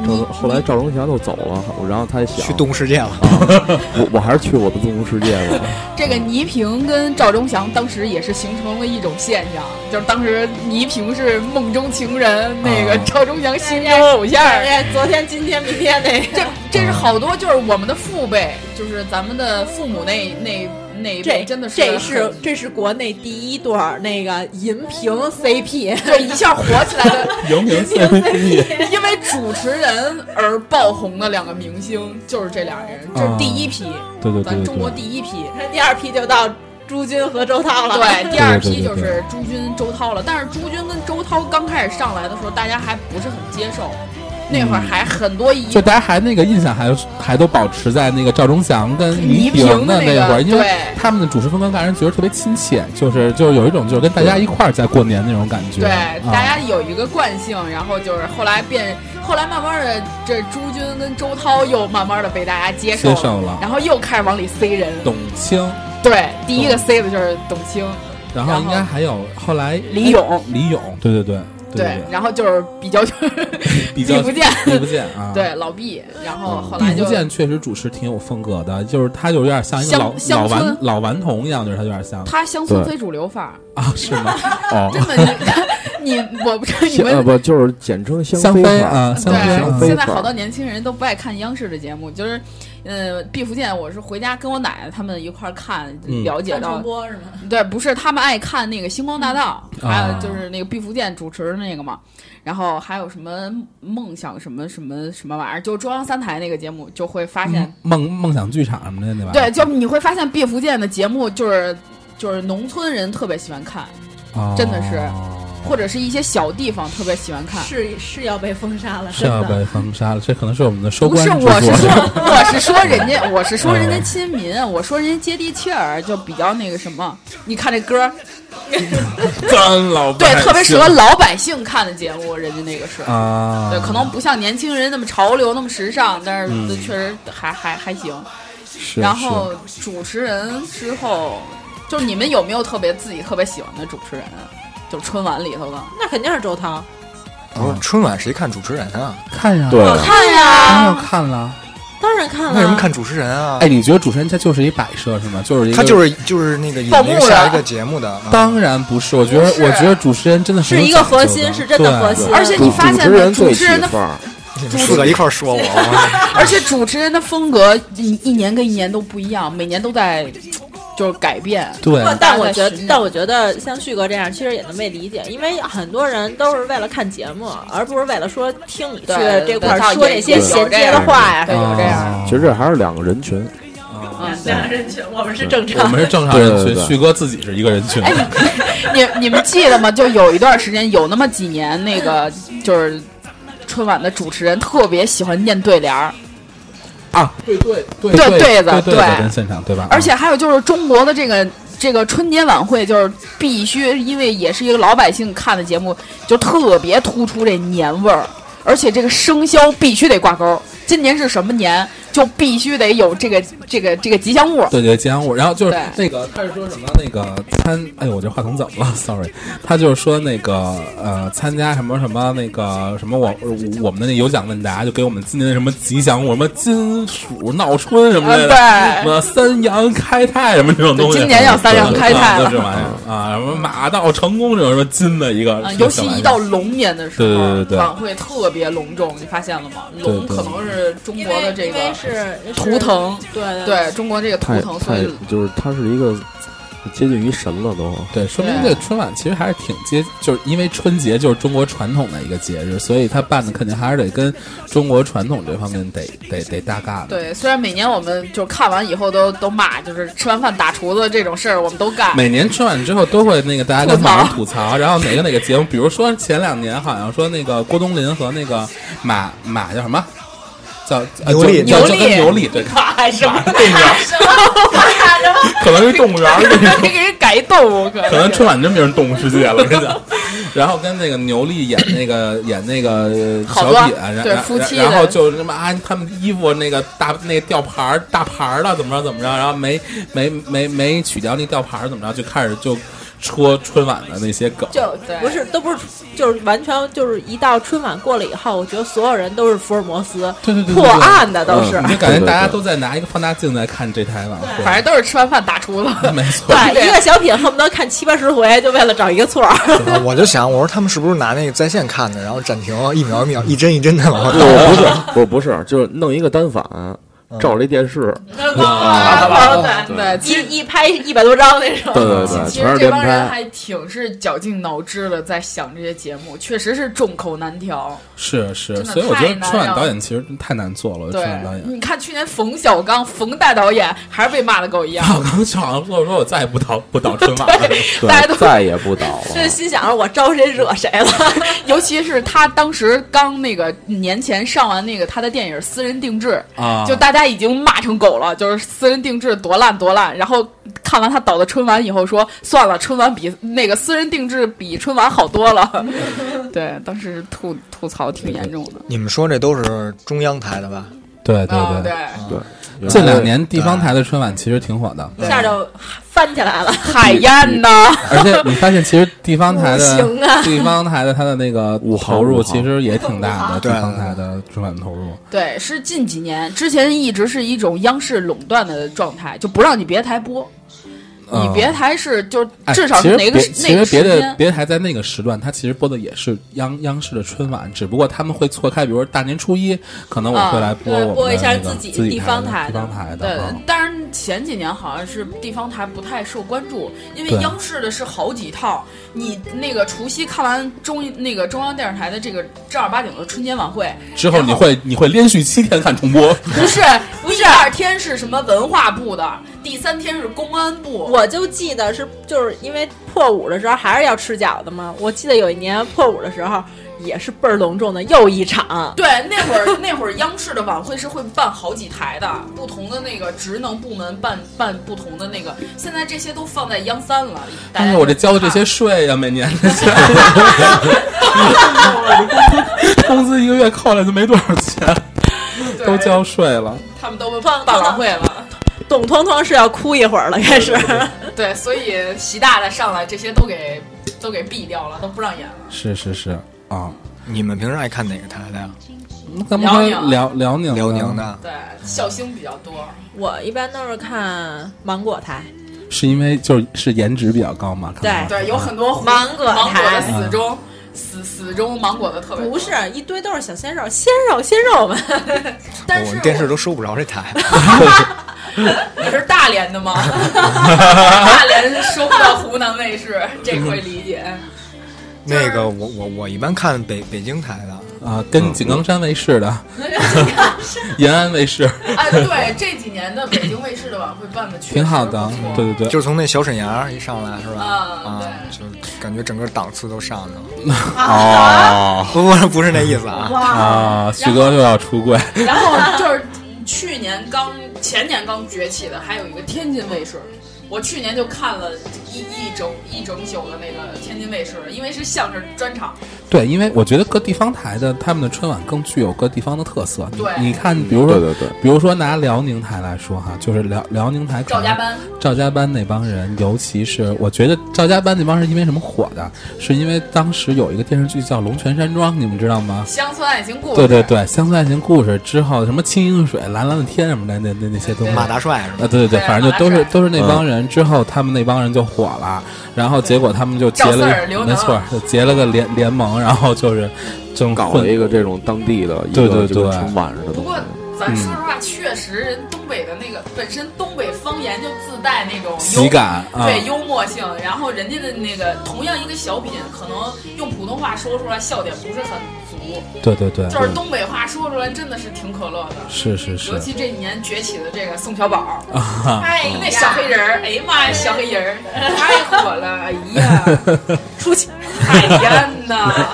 Speaker 6: 就是你
Speaker 10: 赵后来赵忠祥都走了，我然后他想
Speaker 2: 去动物世界了，
Speaker 10: 我我还是去我的动物世界吧。
Speaker 6: 这个倪萍跟赵忠祥当时也是形成了一种现象，就是当时倪萍是梦中情人，那个
Speaker 8: 啊
Speaker 6: 赵忠祥心中偶像。
Speaker 7: 哎，昨天、今天、明天那
Speaker 6: 这这是好多，就是我们的父辈，就是咱们的父母那那那一辈，
Speaker 7: 这
Speaker 6: 真的是啊
Speaker 7: 这
Speaker 6: 很
Speaker 7: 是这是国内第一对儿那个银屏 CP，
Speaker 6: 对一下火起来的，
Speaker 8: 姚明 CP，
Speaker 6: 因为主持人而爆红的两个明星就是这俩人，这是第一批，
Speaker 8: 对对对
Speaker 6: 咱中国
Speaker 8: 对
Speaker 6: 第
Speaker 8: 对，
Speaker 6: 一批。
Speaker 7: 第二批就到朱军和周 涛了。
Speaker 6: 对，第二批
Speaker 8: 对对对
Speaker 6: 就
Speaker 8: 对
Speaker 6: 是朱军、周涛了。但是朱军跟周涛刚开始上来的时候，大家还不是很接受，那会儿还很多疑
Speaker 8: 就大家还那个印象还还都保持在那个赵忠祥跟倪
Speaker 6: 倪
Speaker 8: 萍
Speaker 6: 萍
Speaker 8: 的
Speaker 6: 的
Speaker 8: 那
Speaker 6: 那
Speaker 8: 会儿，
Speaker 6: 个，
Speaker 8: 因为
Speaker 6: 对
Speaker 8: 他们的主持风格让人觉得特别亲切，就是就是有一种就是跟大家一块儿在过年那种感觉。
Speaker 6: 对
Speaker 8: 啊，
Speaker 6: 大家有一个惯性，然后就是后来变，后来慢慢的，这朱军跟周涛又慢慢的被大家接受
Speaker 8: 接
Speaker 6: 了，
Speaker 8: 受了
Speaker 6: 然后又开始往里塞人。
Speaker 8: 董卿，
Speaker 6: 对，第一个塞的就是董卿，
Speaker 8: 然后
Speaker 6: 然后
Speaker 8: 应该还有后来哎
Speaker 6: 李咏，
Speaker 8: 李咏，对对对对，
Speaker 6: 然后就是比较就是
Speaker 8: 对比较
Speaker 6: 毕福剑，
Speaker 8: 比不见啊， 哦
Speaker 6: 对老毕，然后后来
Speaker 8: 毕
Speaker 6: 就
Speaker 8: 福剑确实主持挺有风格的，就是他就有点像一个
Speaker 6: 乡
Speaker 8: 老
Speaker 6: 乡
Speaker 8: 老顽
Speaker 6: 村
Speaker 8: 老顽童一样，就是他有点像
Speaker 6: 他乡村
Speaker 10: 对
Speaker 6: 非主流范儿，
Speaker 8: 啊，是吗？哦，
Speaker 6: 真的你 你我不知道你
Speaker 10: 呃
Speaker 5: 啊
Speaker 6: 们。
Speaker 10: 不就是简称
Speaker 8: 香
Speaker 10: 妃
Speaker 8: 妃
Speaker 10: 吧
Speaker 8: 啊，香妃
Speaker 10: 香
Speaker 8: 啊
Speaker 10: 妃
Speaker 6: 对，现在
Speaker 10: 范儿
Speaker 6: 好多年轻人都不爱看央视的节目，就是呃，毕福剑我是回家跟我奶奶他们一块儿看，
Speaker 8: 嗯
Speaker 6: 了解
Speaker 7: 看
Speaker 6: 到
Speaker 7: 重播是吗？
Speaker 6: 对，不是他们爱看那个《星光大道》
Speaker 8: 嗯
Speaker 6: 还
Speaker 8: 啊
Speaker 6: 有就是那个毕福剑主持的那个嘛，然后还有什么梦想什么什么什么玩意儿，就中央三台那个节目就会发现，
Speaker 8: 梦梦想剧场什么的那吧？
Speaker 6: 对，就你会发现毕福剑的节目就是就是农村人特别喜欢看，
Speaker 8: 哦
Speaker 6: 真的是或者是一些小地方特别喜欢看。
Speaker 7: 是是要被封杀了，
Speaker 8: 是要
Speaker 7: 真的
Speaker 8: 被封杀了，这可能是我们的收
Speaker 6: 不
Speaker 8: 官
Speaker 6: 是，
Speaker 8: 之
Speaker 6: 我是
Speaker 8: 作。
Speaker 6: 说， 我是说人家，我是说人
Speaker 8: 嗯
Speaker 6: 家亲民，我说人家接地气儿，就比较那个什么。你看这歌 儿，
Speaker 8: 干老
Speaker 6: 对
Speaker 8: 百，姓
Speaker 6: 特别适合老百姓看的节目，人家那个是。
Speaker 8: 啊，
Speaker 6: 对，可能不像年轻人那么潮流、那么时尚，但是确实还、还还行。
Speaker 8: 嗯是。
Speaker 6: 然后主持人之后，就是你们有没有特别自己特别喜欢的主持人？啊就是春晚里头 的，
Speaker 9: 那肯定是周涛。
Speaker 2: 不是春晚谁看主持人啊？
Speaker 8: 是看呀，
Speaker 6: 哦
Speaker 3: 对，
Speaker 9: 看
Speaker 8: 当然
Speaker 9: 呀
Speaker 8: 要，看了。
Speaker 9: 当然
Speaker 8: 嗯
Speaker 9: 看了。
Speaker 2: 为什么看主持人啊？
Speaker 8: 哎，你觉得主持人他就是一摆设是吗？就是一个
Speaker 2: 他就是就是那个引
Speaker 6: 报幕
Speaker 2: 那个
Speaker 6: 的
Speaker 2: 下一个节目的。啊
Speaker 8: 当然不是，我觉得
Speaker 6: 不是
Speaker 8: 我觉得主持人真的很
Speaker 9: 是
Speaker 8: 有
Speaker 9: 一个
Speaker 8: 讲究
Speaker 9: 核心，是真的核心。。
Speaker 6: 而且你发现
Speaker 5: 主持人
Speaker 6: 主
Speaker 5: 最
Speaker 6: 持
Speaker 5: 起
Speaker 6: 人的，
Speaker 5: 范儿，
Speaker 2: 你们四个一块儿说我，啊我
Speaker 6: 而且主持人的风格一一年跟一年都不一样，每年都在就是改变。
Speaker 8: 对
Speaker 6: 不
Speaker 8: 对，
Speaker 6: 嗯大
Speaker 9: 但
Speaker 6: 概
Speaker 9: 我觉
Speaker 6: 十
Speaker 9: 得
Speaker 6: 年，
Speaker 9: 但我觉得像旭哥这样，其实也能被理解，因为很多人都是为了看节目，而不是为了说听你去
Speaker 6: 对
Speaker 9: 这块
Speaker 6: 对
Speaker 9: 儿说
Speaker 6: 也
Speaker 9: 这些
Speaker 6: 有
Speaker 9: 衔
Speaker 6: 这
Speaker 9: 接的
Speaker 6: 样
Speaker 9: 话呀。
Speaker 6: 对，有这样。
Speaker 8: 啊
Speaker 5: 其实这还是两个人群。
Speaker 6: 嗯，
Speaker 9: 两个人群，我们是正
Speaker 8: 我
Speaker 9: 常。
Speaker 8: 们是正常人
Speaker 5: 对对
Speaker 8: 群，
Speaker 5: 对
Speaker 8: 旭哥自己是一个人群。
Speaker 6: 哎你你们记得吗？就有一段时间，有那么几年，那个就是春晚的主持人特别喜欢念对联儿，
Speaker 8: 啊，对对
Speaker 6: 对
Speaker 8: 对
Speaker 6: 对
Speaker 8: 对
Speaker 6: 的
Speaker 8: 对
Speaker 6: 对
Speaker 8: 跟现场对吧？啊
Speaker 6: 而且还有就是中国的这个这个春节晚会，就是必须，因为也是一个老百姓看的节目，就特别突出这年味儿，而且这个生肖必须得挂钩。今年是什么年，就必须得有这个这个这个吉祥物。
Speaker 8: 对对，吉祥物。然后就是
Speaker 6: 对
Speaker 8: 那个，他是说什么？那个参，哎呦，我这话筒怎么了？Sorry，他就是说那个呃，参加什么什么那个什么我我们的那有奖问答，就给我们今年的什么吉祥物，什么金鼠闹春什么
Speaker 6: 啊
Speaker 8: 的，
Speaker 6: 对
Speaker 8: 什么三羊开泰什么这种东西。
Speaker 6: 今年要三羊开泰
Speaker 8: 啊
Speaker 6: 了
Speaker 8: 就这玩意儿啊，什么马到成功这种什么金的一个
Speaker 6: 啊，，
Speaker 8: 这
Speaker 6: 尤
Speaker 8: 个
Speaker 6: 其
Speaker 8: 小玩意儿
Speaker 6: 一到龙年的时候，
Speaker 8: 对对对对
Speaker 6: 晚会特别隆重，你发现了吗？
Speaker 8: 对
Speaker 6: 龙可能是中
Speaker 7: 因
Speaker 6: 国的
Speaker 7: 为
Speaker 6: 这
Speaker 7: 因
Speaker 6: 个
Speaker 7: 为是嗯
Speaker 6: 图，腾，
Speaker 7: 是对
Speaker 6: 对中国这个图
Speaker 5: 太
Speaker 6: 腾，所
Speaker 5: 太
Speaker 6: 以
Speaker 5: 就是他是一个接近于神了都。
Speaker 8: 对，说明这春晚其实还是挺接，就是因为春节就是中国传统的一个节日，所以他办的肯定还是得跟中国传统这方面得得得搭嘎的。
Speaker 6: 对，虽然每年我们就看完以后都都骂，就是吃完饭打厨子这种事儿我们都干，
Speaker 8: 每年春晚之后都会那个大家
Speaker 6: 吐槽
Speaker 8: 跟网上吐槽，然后哪个哪个节目，比如说前两年好像说那个郭冬临和那个马马叫什么，叫呃
Speaker 2: 牛莉
Speaker 8: 叫
Speaker 6: 牛
Speaker 8: 叫
Speaker 6: 莉
Speaker 8: 跟牛莉对，
Speaker 6: 骂什么
Speaker 8: 动物园儿，可能是动物园儿这种。
Speaker 6: 给人改动物，可
Speaker 8: 可能春晚真变成动物世界 了，我跟你讲。然后跟那个牛莉演那个演那个呃
Speaker 6: 好
Speaker 8: 小
Speaker 6: 多
Speaker 8: 品，然
Speaker 6: 对
Speaker 8: 然
Speaker 6: 夫妻的
Speaker 8: 然后就是什么啊，他们衣服那个大那个吊牌儿大牌儿的怎么着怎么着，然后没没没没取掉那吊牌儿怎么着，就开始就戳春晚的那 些梗。
Speaker 9: 就
Speaker 6: 对
Speaker 9: 不是都不是，就是完全就是一到春晚过了以后，我觉得所有人都是福尔摩斯，
Speaker 8: 对对对对对嗯
Speaker 9: 破案的都是
Speaker 8: 你。就感
Speaker 5: 对
Speaker 8: 觉
Speaker 5: 对
Speaker 8: 大家
Speaker 5: 对
Speaker 8: 都在拿一个放大镜在看这台晚会，
Speaker 6: 反正都是吃完饭打厨子。
Speaker 8: 没错，
Speaker 9: 对，一个小品恨不得看七八十回，就为了找一个错儿。
Speaker 2: 我就想，我说他们是不是拿那个在线看的，然后暂停一秒一秒一帧一帧的往后
Speaker 5: 不
Speaker 2: 倒？
Speaker 5: 不是不不是，就是弄一个单反，照着一电视，
Speaker 6: 嗯
Speaker 8: 啊
Speaker 6: 对，其实。
Speaker 9: 一一拍一百多张那种。
Speaker 5: 对对对，
Speaker 6: 其
Speaker 5: 全
Speaker 6: 实
Speaker 5: 是
Speaker 6: 这
Speaker 5: 连
Speaker 6: 帮
Speaker 5: 拍。
Speaker 6: 人还挺是绞尽脑汁的，在想这些节目，确实是众口难调。
Speaker 8: 是是，
Speaker 6: 真的
Speaker 8: 所以我觉得
Speaker 6: 太难
Speaker 8: 春晚
Speaker 6: 了
Speaker 8: 导演其实太难做了。我觉得
Speaker 6: 对
Speaker 8: 春晚导演，，
Speaker 6: 你看去年冯小刚、冯大导演还是被骂的狗 一样。
Speaker 8: 我啊刚上完说，我说我再也不导不导春晚了。
Speaker 6: 大家都
Speaker 5: 对，再也不倒
Speaker 9: 这
Speaker 5: 了。
Speaker 9: 心想着我招谁惹谁 了？
Speaker 6: 尤其是他当时刚那个年前上完那个他的电影《私人定制》
Speaker 8: 啊
Speaker 6: 就大家已经骂成狗了，就是《私人定制》多烂多烂。然后看完他导的春晚以后说，算了，春晚比那个《私人定制》比春晚好多了。 对，当时吐吐槽挺严重的。
Speaker 2: 你们说这都是中央台的吧？
Speaker 8: 对对
Speaker 6: 啊，对，
Speaker 5: 对，
Speaker 8: 这两年地方台的春晚其实挺火的，
Speaker 9: 一下就翻起来了。
Speaker 6: 海燕呢？
Speaker 8: 而且你发现其实地方台
Speaker 9: 不行
Speaker 8: 的地方台的它的那个
Speaker 5: 武行
Speaker 8: 投入
Speaker 5: 武行
Speaker 8: 其实也挺大的，
Speaker 2: 对
Speaker 8: 地方台的春晚投入。
Speaker 6: 对，是近几年，之前一直是一种央视垄断的状态，就不让你别台播。你
Speaker 10: 嗯
Speaker 6: 别台是就
Speaker 8: 哎
Speaker 6: 至少
Speaker 8: 其
Speaker 6: 是
Speaker 8: 实
Speaker 6: 哪个
Speaker 8: 别
Speaker 6: 时
Speaker 8: 其
Speaker 6: 哪个
Speaker 8: 实别
Speaker 6: 时
Speaker 8: 的
Speaker 6: 间
Speaker 8: 别的台在那个时段，它其实播的也是央央视的春晚，只不过他们会错开，比如说大年初一，可能我会来播
Speaker 7: 啊对
Speaker 8: 我们的
Speaker 7: 播一下
Speaker 8: 那个
Speaker 7: 自己
Speaker 8: 己自
Speaker 7: 地方
Speaker 8: 台
Speaker 7: 台
Speaker 8: 的地
Speaker 7: 的
Speaker 8: 方台
Speaker 6: 对
Speaker 8: 的。嗯，
Speaker 6: 但是前几年好像是地方台不太受关注，因为
Speaker 8: 对
Speaker 6: 央视的是好几套。你那个除夕看完中那个中央电视台的这个正儿八经的春节晚会，
Speaker 8: 之后你会你会连续七天看重播，
Speaker 6: 不是不是，第二天是什么文化部的，第三天是公安部。
Speaker 7: 我就记得是，就是因为破五的时候还是要吃饺子嘛。我记得有一年破五的时候也是倍儿隆重的，又一场。
Speaker 6: 对，那会儿那会儿央视的晚会是会办好几台的，不同的那个职能部门办办不同的那个。现在这些都放在央三了。大家
Speaker 8: 但是哎我这交的这些税呀、每年 的钱，工资一个月扣来就没多少钱，
Speaker 6: 对
Speaker 8: 都交税了。
Speaker 6: 他们都办办晚会了。
Speaker 7: 董彤彤是要哭一会儿了，开始。
Speaker 6: 对，所以习大大上来，这些都给都给毙掉了，都不让演了。
Speaker 8: 是是是啊，
Speaker 2: 你们平时爱看哪个台的呀？
Speaker 8: 那咱们说
Speaker 6: 辽宁
Speaker 8: 辽辽宁
Speaker 2: 辽宁，的。啊
Speaker 6: 对，笑星比较多。
Speaker 7: 我一般都是看芒果台，
Speaker 8: 是因为就是是颜值比较高嘛？看来
Speaker 6: 对，有很多胡
Speaker 7: 芒果
Speaker 6: 芒果的
Speaker 7: 台
Speaker 8: 嗯
Speaker 6: 死忠，死死忠芒果的特别多
Speaker 7: 不是，一堆都是小鲜肉，鲜肉鲜肉们。
Speaker 6: 但
Speaker 2: 我
Speaker 6: 是
Speaker 2: 们电视都收不着这 台，
Speaker 6: 你是大连的 吗？大连收不到湖南卫视，这可以理解。
Speaker 2: 那个我我我一般看北北京台的，
Speaker 8: 啊，跟井冈山卫视的、
Speaker 6: 嗯
Speaker 8: 延安卫视
Speaker 6: 哎，对，这几年的北京卫视的晚会办的确实
Speaker 8: 挺好
Speaker 6: 不
Speaker 8: 的
Speaker 6: 错，
Speaker 8: 对对对，
Speaker 2: 就是从那小沈阳一上来是吧？
Speaker 6: 啊
Speaker 2: 啊，就感觉整个档次都上去了。
Speaker 5: 啊
Speaker 6: 啊
Speaker 8: 哦
Speaker 2: 不不不是那意思啊，
Speaker 8: 啊，旭哥又要出柜，
Speaker 6: 然后就是去年刚前年刚崛起的，还有一个天津卫视。我去年就看了一一整一整宿的那个天津卫视了，因为是相声专场，
Speaker 8: 对，因为我觉得各地方台的他们的春晚更具有各地方的特色。你
Speaker 6: 对
Speaker 8: 你看， 比如说，
Speaker 5: 对对对
Speaker 8: 比如说拿辽宁台来说哈，就是辽辽宁台可
Speaker 6: 赵
Speaker 8: 能
Speaker 6: 家班
Speaker 8: 赵家班那帮人，尤其是我觉得赵家班那帮人因为什么火的，是因为当时有一个电视剧叫《龙泉山庄》，你们知道吗？
Speaker 6: 《乡村爱情故事》。
Speaker 8: 对对对，乡村爱情故事之后，什么清影水、蓝蓝的天什么的，那那那些东西，
Speaker 2: 马大帅是吧？
Speaker 8: 啊，对对对，
Speaker 6: 对
Speaker 8: 反正就都
Speaker 6: 马
Speaker 8: 是
Speaker 6: 大帅
Speaker 8: 都是那帮人，之后他们那帮人就火了，然后结果他们就结了
Speaker 6: 赵四儿刘
Speaker 8: 个，
Speaker 6: 能
Speaker 8: 没错，就结了个联联盟，然后就是正
Speaker 5: 搞
Speaker 8: 混
Speaker 5: 了一个这种当地的一
Speaker 8: 对对
Speaker 5: 个这个
Speaker 8: 对
Speaker 5: 春晚似的
Speaker 6: 不
Speaker 5: 东
Speaker 6: 过
Speaker 5: 西。
Speaker 6: 咱说实话，确实人东北的那个本身东北方言就自带那种
Speaker 8: 喜感啊，
Speaker 6: 对幽默性，然后人家的那个同样一个小品，可能用普通话说出来笑点不是很足，
Speaker 8: 对对对，
Speaker 6: 就是东北话说出来真的是挺可乐的。
Speaker 8: 是是是
Speaker 6: 尤 其这几年崛起的这个宋小宝，
Speaker 8: 啊哈，
Speaker 6: 哎，那小黑人儿，哎呀妈呀，小黑人儿太火了，哎呀，
Speaker 7: 出去
Speaker 6: 海燕呐，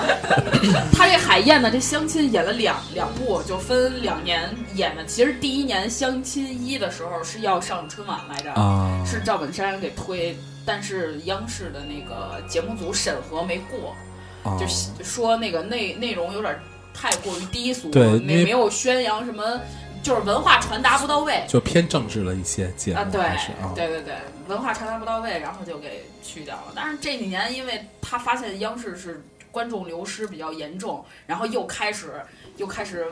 Speaker 6: 他这海燕呢，这相亲演了两两部，就分两年演的。其实第一年相亲一的时候是要上春晚来着，
Speaker 8: 啊
Speaker 6: 是赵本山给推，但是央视的那个节目组审核没过，
Speaker 8: 啊
Speaker 6: 就，是说那个内内容有点太过于低俗，
Speaker 8: 对因为
Speaker 6: 没没有宣扬什么，就是文化传达不到位
Speaker 8: 就偏政治了一些节目
Speaker 6: 啊，对
Speaker 8: 还是啊，
Speaker 6: 对对对，文化传达不到位，然后就给去掉了。但是这几年，因为他发现央视是观众流失比较严重，然后又开始又开始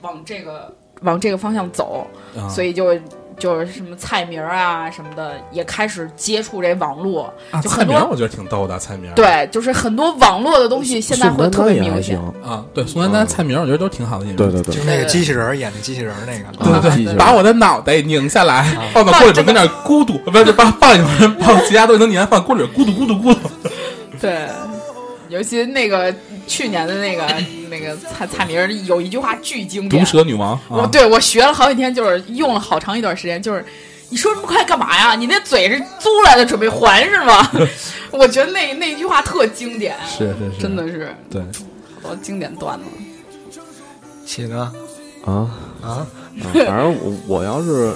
Speaker 6: 往这个往这个方向走，
Speaker 8: 啊
Speaker 6: 所以就。就是什么菜名儿啊什么的，也开始接触这网络，
Speaker 8: 啊，
Speaker 6: 就
Speaker 8: 蔡
Speaker 6: 很
Speaker 8: 明
Speaker 6: 多
Speaker 8: 儿我觉得挺逗的，蔡明儿
Speaker 6: 对，就是很多网络的东西现在
Speaker 5: 宋
Speaker 6: 会
Speaker 5: 丹
Speaker 6: 特
Speaker 5: 丹
Speaker 6: 别
Speaker 5: 也还
Speaker 6: 明
Speaker 5: 行
Speaker 6: 显。，
Speaker 8: 啊，对宋丹丹、蔡明儿我觉得都挺好的演员，
Speaker 5: 对对对
Speaker 2: 就是那个机器人儿演的机器人儿那个，
Speaker 8: 对对
Speaker 5: 记
Speaker 8: 对，
Speaker 5: 着
Speaker 8: 把我的脑袋拧下来，
Speaker 6: 啊
Speaker 8: 放到锅里边跟那儿咕嘟，不是把放一会儿，放其他东西都拧，放锅里边咕嘟咕嘟咕嘟。
Speaker 6: 对，尤其那个去年的那个那个蔡蔡明儿有一句话巨经典
Speaker 8: 毒，舌女王
Speaker 6: 我
Speaker 8: 啊，
Speaker 6: 对我学了好几天，就是用了好长一段时间，就是。你说这么快干嘛呀？你那嘴是租来的，准备还 是吗？我觉得那那句话特经典，
Speaker 8: 是是是，
Speaker 6: 真的是
Speaker 8: 对。
Speaker 6: 好经典段子。
Speaker 2: 起呢
Speaker 5: 啊，
Speaker 2: 啊，
Speaker 5: 啊反正我我要是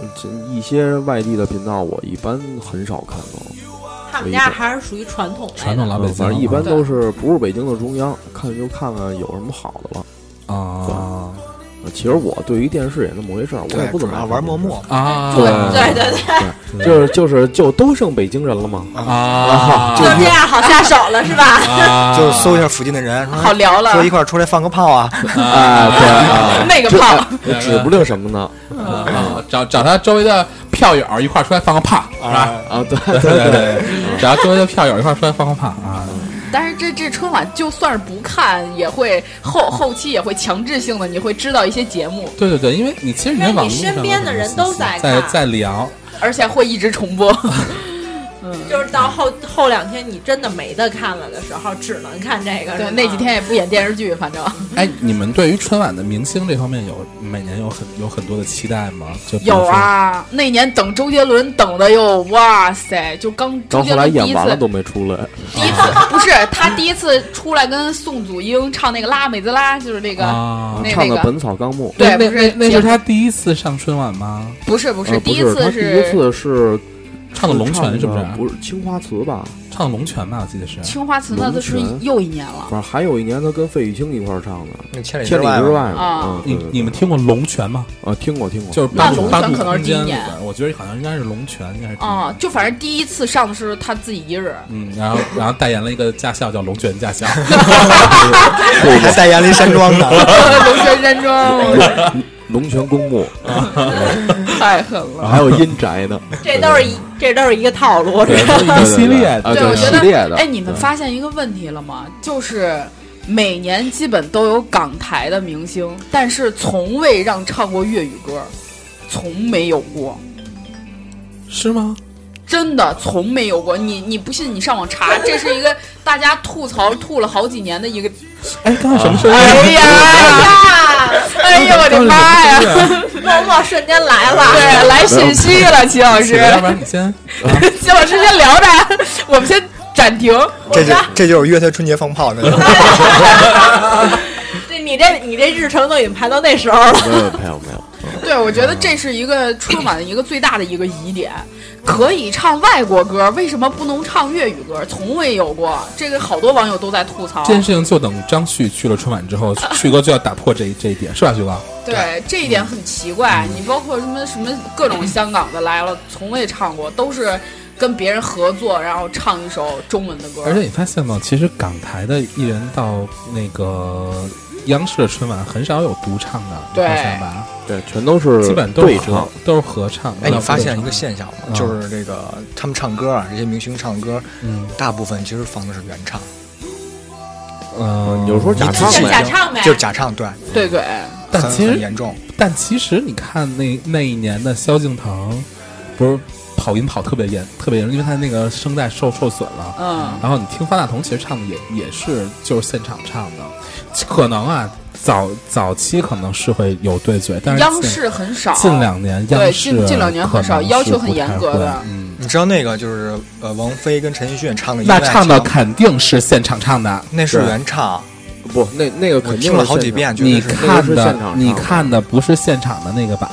Speaker 5: 呃这一些外地的频道，我一般很少看到。
Speaker 7: 他们家还是属于传统类的
Speaker 8: 传统老啊北
Speaker 5: 嗯
Speaker 8: 京，
Speaker 5: 反正一般都是不是北京的中央，看就看看有什么好的了。
Speaker 8: 啊
Speaker 5: 呃其实我对于电视也那么回事儿，我
Speaker 2: 对
Speaker 5: 也，不怎
Speaker 2: 主
Speaker 5: 么
Speaker 2: 要
Speaker 5: 爱
Speaker 2: 玩
Speaker 5: 看
Speaker 2: 陌
Speaker 5: 电视
Speaker 2: 陌，
Speaker 8: 啊，
Speaker 7: 对对对，
Speaker 5: 就是就是就都剩北京人了嘛。
Speaker 8: 啊，
Speaker 7: 就这哎样好下手了是吧？
Speaker 8: 啊，
Speaker 2: 就搜一下附近的人，
Speaker 6: 好
Speaker 2: 说
Speaker 6: 聊了
Speaker 2: 说，一块儿出来放个炮啊，
Speaker 5: 哎，对啊，
Speaker 6: 那个
Speaker 5: 这
Speaker 6: 胖
Speaker 5: 哎指不定什么呢？
Speaker 8: 啊，找找他周围的票友一块儿出来放个炮，是吧？
Speaker 5: 啊，对
Speaker 8: 对对对，只要周围的票友一块儿出来放个炮啊，
Speaker 6: 但是这这春晚就算是不看，也会后后期也会强制性的，你会知道一些节目，
Speaker 8: 对对对，因为你其实你在
Speaker 7: 因为
Speaker 8: 网
Speaker 7: 你
Speaker 8: 络上
Speaker 7: 身边的人都在
Speaker 8: 在
Speaker 7: 看
Speaker 8: 在聊，
Speaker 6: 而且会一直重播。
Speaker 7: 就是到后后两天你真的没得看了的时候，只能看这个。
Speaker 6: 对，
Speaker 7: 是吗
Speaker 6: 那几天也不演电视剧，反正
Speaker 5: 嗯
Speaker 8: 哎，你们对于春晚的明星这方面有每年有很有很多的期待吗？就比如
Speaker 6: 有
Speaker 8: 说，
Speaker 6: 啊。那年等周杰伦等的哟，哇塞，就刚周
Speaker 5: 到
Speaker 6: 杰
Speaker 5: 后来
Speaker 6: 伦第
Speaker 5: 演
Speaker 6: 一
Speaker 5: 完了
Speaker 6: 次，
Speaker 5: 都没出来，
Speaker 6: 第一次 不是他第一次出来跟宋祖英唱那个《拉美兹拉》，就是那个、
Speaker 8: 啊
Speaker 6: 那
Speaker 5: 唱
Speaker 6: 那
Speaker 5: 的《
Speaker 6: 个
Speaker 5: 本草纲目》
Speaker 6: 对
Speaker 8: 那
Speaker 6: 不
Speaker 8: 那
Speaker 6: 是
Speaker 8: 那
Speaker 6: 节
Speaker 8: 是
Speaker 6: 目
Speaker 8: 他第一次上春晚吗？
Speaker 6: 不是不是
Speaker 5: 呃，
Speaker 6: 第
Speaker 5: 不是
Speaker 6: 一
Speaker 5: 他
Speaker 6: 次
Speaker 5: 第一次是
Speaker 8: 唱的《龙
Speaker 5: 唱
Speaker 8: 泉》
Speaker 5: 那
Speaker 8: 是不是啊
Speaker 5: 个？不是青花瓷吧？
Speaker 8: 唱《龙泉》吧，我记得是。
Speaker 6: 青花瓷，那
Speaker 5: 龙
Speaker 6: 都是
Speaker 5: 泉
Speaker 6: 又一年了
Speaker 5: 反。正还有一年他跟费玉清一块儿唱的
Speaker 2: 那千
Speaker 5: 《
Speaker 2: 里
Speaker 5: 千里
Speaker 2: 外
Speaker 5: 之
Speaker 2: 嘛，
Speaker 5: 外》
Speaker 6: 啊
Speaker 5: 嘛。
Speaker 8: 你
Speaker 5: 嗯，对对
Speaker 8: 你们
Speaker 5: 对
Speaker 8: 听过《龙泉》吗？
Speaker 5: 啊听过听过，
Speaker 8: 就是八
Speaker 6: 那
Speaker 8: 度
Speaker 6: 龙
Speaker 8: 八
Speaker 6: 泉
Speaker 8: 度
Speaker 6: 可能是
Speaker 8: 空
Speaker 6: 今
Speaker 8: 间里
Speaker 6: 年
Speaker 8: 边，我觉得好像应该是《龙泉》，应该是第一
Speaker 7: 哦
Speaker 6: 啊、就反正第一次上的时候他自己一 人，
Speaker 8: 嗯，然后然后代言了一个驾校叫龙泉 驾校，
Speaker 2: 还代言了一山庄呢。
Speaker 6: 龙泉山庄，
Speaker 5: 龙泉公 墓，
Speaker 6: 太狠了。
Speaker 5: 还有阴宅呢，
Speaker 7: 这都是一这都是一个套路。
Speaker 8: 对，都 是一系列的。
Speaker 5: 啊，
Speaker 6: 对，我觉
Speaker 5: 系
Speaker 6: 得
Speaker 5: 列的。
Speaker 6: 哎，你们
Speaker 5: 对
Speaker 6: 发现一个问题了吗？就是每年基本都有港台的明星，但是从未让唱过粤语歌，从没有过。
Speaker 8: 是吗？
Speaker 6: 真的从没有过，你你不信你上网查，这是一个大家吐槽吐了好几年的一个。
Speaker 8: 哎，刚才什么声音？
Speaker 6: 哎呀，哎呀，我的妈呀！
Speaker 7: 默默瞬间来了，
Speaker 6: 对，来信息了，齐老
Speaker 8: 是，
Speaker 6: 师，
Speaker 8: 要不然你先
Speaker 6: 齐老师先聊着，我们先暂停。
Speaker 2: 这就这就是约他春节放炮的，
Speaker 7: 这你这你这日程都已经排到那时候了。
Speaker 5: 没有没有没有，
Speaker 6: 对，我觉得这是一个春晚的一个最大的一个疑点，可以唱外国歌，为什么不能唱粤语歌？从未有过，这个好多网友都在吐槽
Speaker 8: 这。件事情就等张旭去了春晚之后，旭哥就要打破这一这一点，是嗯吧，旭哥？
Speaker 6: 对，这一点很奇怪。你包括什么什么各种香港的来了，从未唱过，都是跟别人合作，然后唱一首中文的歌。
Speaker 8: 而且你发现吗？其实港台的艺人到那个央视的春晚很少有独唱的，你
Speaker 6: 对
Speaker 8: 发现吧？
Speaker 5: 对，全都是
Speaker 8: 基本都
Speaker 5: 对
Speaker 8: 是合
Speaker 5: 唱，
Speaker 8: 都是合唱。
Speaker 2: 哎，你发现一
Speaker 8: 要不
Speaker 2: 个
Speaker 8: 对唱，
Speaker 2: 现象吗？
Speaker 8: 嗯
Speaker 2: 就是这个他们唱歌啊，这些明星唱歌，
Speaker 8: 嗯
Speaker 2: 大部分其实放的是原唱，
Speaker 8: 呃，
Speaker 5: 有时候假唱
Speaker 7: 就
Speaker 2: 你自
Speaker 5: 呗
Speaker 2: 己
Speaker 7: 假唱呗，
Speaker 2: 就是假唱，对，
Speaker 6: 对对，
Speaker 8: 但
Speaker 2: 很
Speaker 8: 其
Speaker 2: 很
Speaker 8: 实
Speaker 2: 严重。
Speaker 8: 但其实你看那那一年的萧敬腾，不是跑音跑特别严，特别严重，因为他那个声带受受损了。
Speaker 6: 嗯，
Speaker 8: 然后你听方大同其实唱的也也是就是现场唱的，可能啊早早期可能是会有对嘴，但是
Speaker 6: 央
Speaker 8: 近
Speaker 6: 视很少。
Speaker 8: 近两年
Speaker 6: 对
Speaker 8: 央视
Speaker 6: 近近两年很少
Speaker 8: 可能是
Speaker 6: 要求很严格的
Speaker 8: 不太会嗯，
Speaker 2: 你知道那个就是呃，王菲跟陈奕迅唱的
Speaker 6: 嗯
Speaker 2: 《
Speaker 8: 那唱的
Speaker 2: 一代情
Speaker 8: 肯定是现场唱的。
Speaker 2: 那是
Speaker 5: 对
Speaker 2: 原唱，
Speaker 5: 不，那那个
Speaker 2: 我
Speaker 5: 肯定
Speaker 2: 听了好几遍，觉
Speaker 8: 你
Speaker 2: 得是
Speaker 8: 看
Speaker 5: 那个是
Speaker 8: 的
Speaker 5: 现场唱的
Speaker 8: 你看的不是现场的那个版，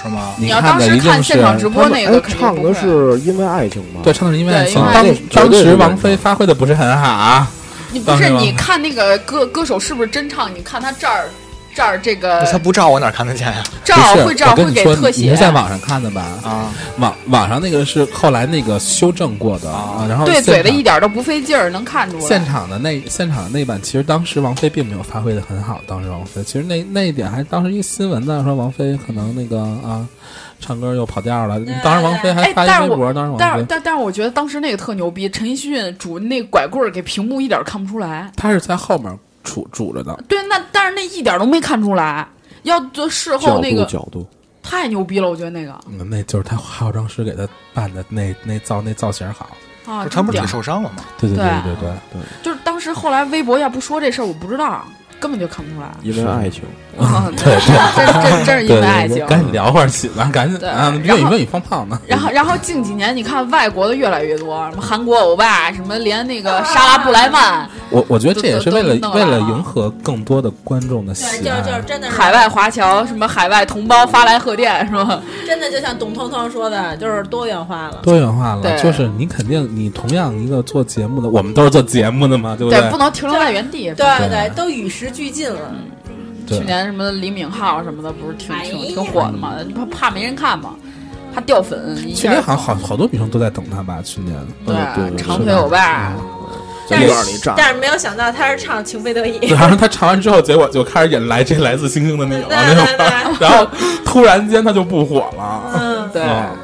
Speaker 2: 是吗？
Speaker 8: 你
Speaker 6: 要
Speaker 8: 看
Speaker 6: 当
Speaker 8: 的
Speaker 6: 时
Speaker 8: 一定
Speaker 6: 看
Speaker 8: 是
Speaker 6: 现场直播那个肯定
Speaker 5: 哎唱
Speaker 6: 不
Speaker 5: 的
Speaker 6: 会。
Speaker 5: 是因为爱情吗？
Speaker 8: 嗯对，唱的是因为
Speaker 6: 对
Speaker 8: 爱情。
Speaker 6: 因为
Speaker 8: 当
Speaker 6: 爱
Speaker 5: 情
Speaker 8: 当
Speaker 5: 绝对
Speaker 8: 时
Speaker 5: 是
Speaker 8: 王菲发挥的不是很好啊，
Speaker 6: 你不
Speaker 8: 当
Speaker 6: 是
Speaker 8: 时吗
Speaker 6: 你看那个歌歌手是不是真唱？你看他这儿这儿这个
Speaker 2: 他不照我哪看得见呀？
Speaker 6: 这
Speaker 8: 不
Speaker 6: 儿
Speaker 8: 是
Speaker 6: 会这儿
Speaker 8: 我跟
Speaker 6: 会
Speaker 8: 你
Speaker 6: 给
Speaker 8: 说，
Speaker 6: 特
Speaker 8: 你
Speaker 6: 写
Speaker 8: 是，在网上看的吧？
Speaker 6: 哦
Speaker 2: 啊，
Speaker 8: 网网上那个是后来那个修正过的
Speaker 2: 啊
Speaker 8: 啊，然后
Speaker 6: 对嘴
Speaker 8: 现
Speaker 6: 的
Speaker 8: 场
Speaker 6: 一点都不费劲儿，能看出来。
Speaker 8: 现场的那现场的那版，其实当时王菲并没有发挥的很好。当时王菲，其实那那一点还当时一新闻呢，说王菲可能那个啊，唱歌又跑调了。当时王菲还
Speaker 6: 哎
Speaker 8: 发
Speaker 6: 但
Speaker 8: 一
Speaker 6: 是
Speaker 8: 微
Speaker 6: 我
Speaker 8: 博，当时王
Speaker 6: 但
Speaker 8: 菲
Speaker 6: 但但是我觉得当时那个特牛逼，陈奕迅拄那拐棍儿给屏幕一点儿看不出来。
Speaker 8: 她是在后面杵杵着的。
Speaker 6: 对，那但是那一点儿都没看出来。要就事后
Speaker 5: 角
Speaker 6: 那
Speaker 5: 度
Speaker 6: 个
Speaker 5: 角度，
Speaker 6: 太牛逼了，我觉得那个
Speaker 8: 嗯，那就是她化妆师给她扮的那那造那造型好。
Speaker 6: 啊，
Speaker 2: 他
Speaker 6: 真
Speaker 2: 不是
Speaker 6: 屌
Speaker 2: 腿！受伤了吗？
Speaker 8: 对对
Speaker 6: 对
Speaker 8: 对对
Speaker 6: 就是当时后来微博要不说这事儿，我不知道，根本就看不出来。
Speaker 5: 因为爱情。
Speaker 6: 啊，
Speaker 8: 对对
Speaker 6: 真真真是因为爱
Speaker 8: 对
Speaker 6: 情
Speaker 8: 对，。赶紧聊会儿起吧，赶紧
Speaker 6: 对
Speaker 8: 啊，
Speaker 6: 然
Speaker 8: 粤语
Speaker 6: 后
Speaker 8: 粤语放炮呢。
Speaker 6: 然后，然后近几年你看外国的越来越多，什么韩国欧巴，什么连那个莎拉布莱曼，
Speaker 8: 我我觉得这也是为了
Speaker 6: 都都都弄
Speaker 8: 为
Speaker 6: 来
Speaker 8: 了
Speaker 6: 了啊
Speaker 8: 迎合更多的观众的
Speaker 7: 对，
Speaker 8: 喜
Speaker 7: 就是
Speaker 8: 爱。
Speaker 7: 就是真的是
Speaker 6: 海外华侨，什么海外同胞发来贺电，是吧？
Speaker 7: 真的就像董彤彤说的，就是多元化了。
Speaker 8: 多元化了，
Speaker 6: 对
Speaker 8: 就是你肯定你同样一个做节目的，我们都是做节目的嘛，对不对？
Speaker 6: 不能停留在原地。
Speaker 7: 对
Speaker 8: 对
Speaker 7: 对，都与时俱进了。
Speaker 8: 对
Speaker 6: 去年什么李敏镐什么的，不是挺
Speaker 7: 哎呀
Speaker 6: 挺挺火的嘛？怕怕没人看嘛，怕掉粉。一
Speaker 8: 去
Speaker 6: 下
Speaker 8: 年好像好好多女生都在等他吧？去年，
Speaker 6: 对
Speaker 5: 嗯对对
Speaker 6: 长腿欧巴，
Speaker 5: 在
Speaker 7: 但
Speaker 5: 院
Speaker 7: 是
Speaker 5: 儿里站着
Speaker 7: 但是没有想到他是唱《情非得已》，
Speaker 8: 然后他唱完之后，结果就开始演来这来自星星的你了那
Speaker 7: 对对
Speaker 8: 会儿， 然后突然间他就不火了。
Speaker 7: 嗯，
Speaker 6: 对，
Speaker 8: 嗯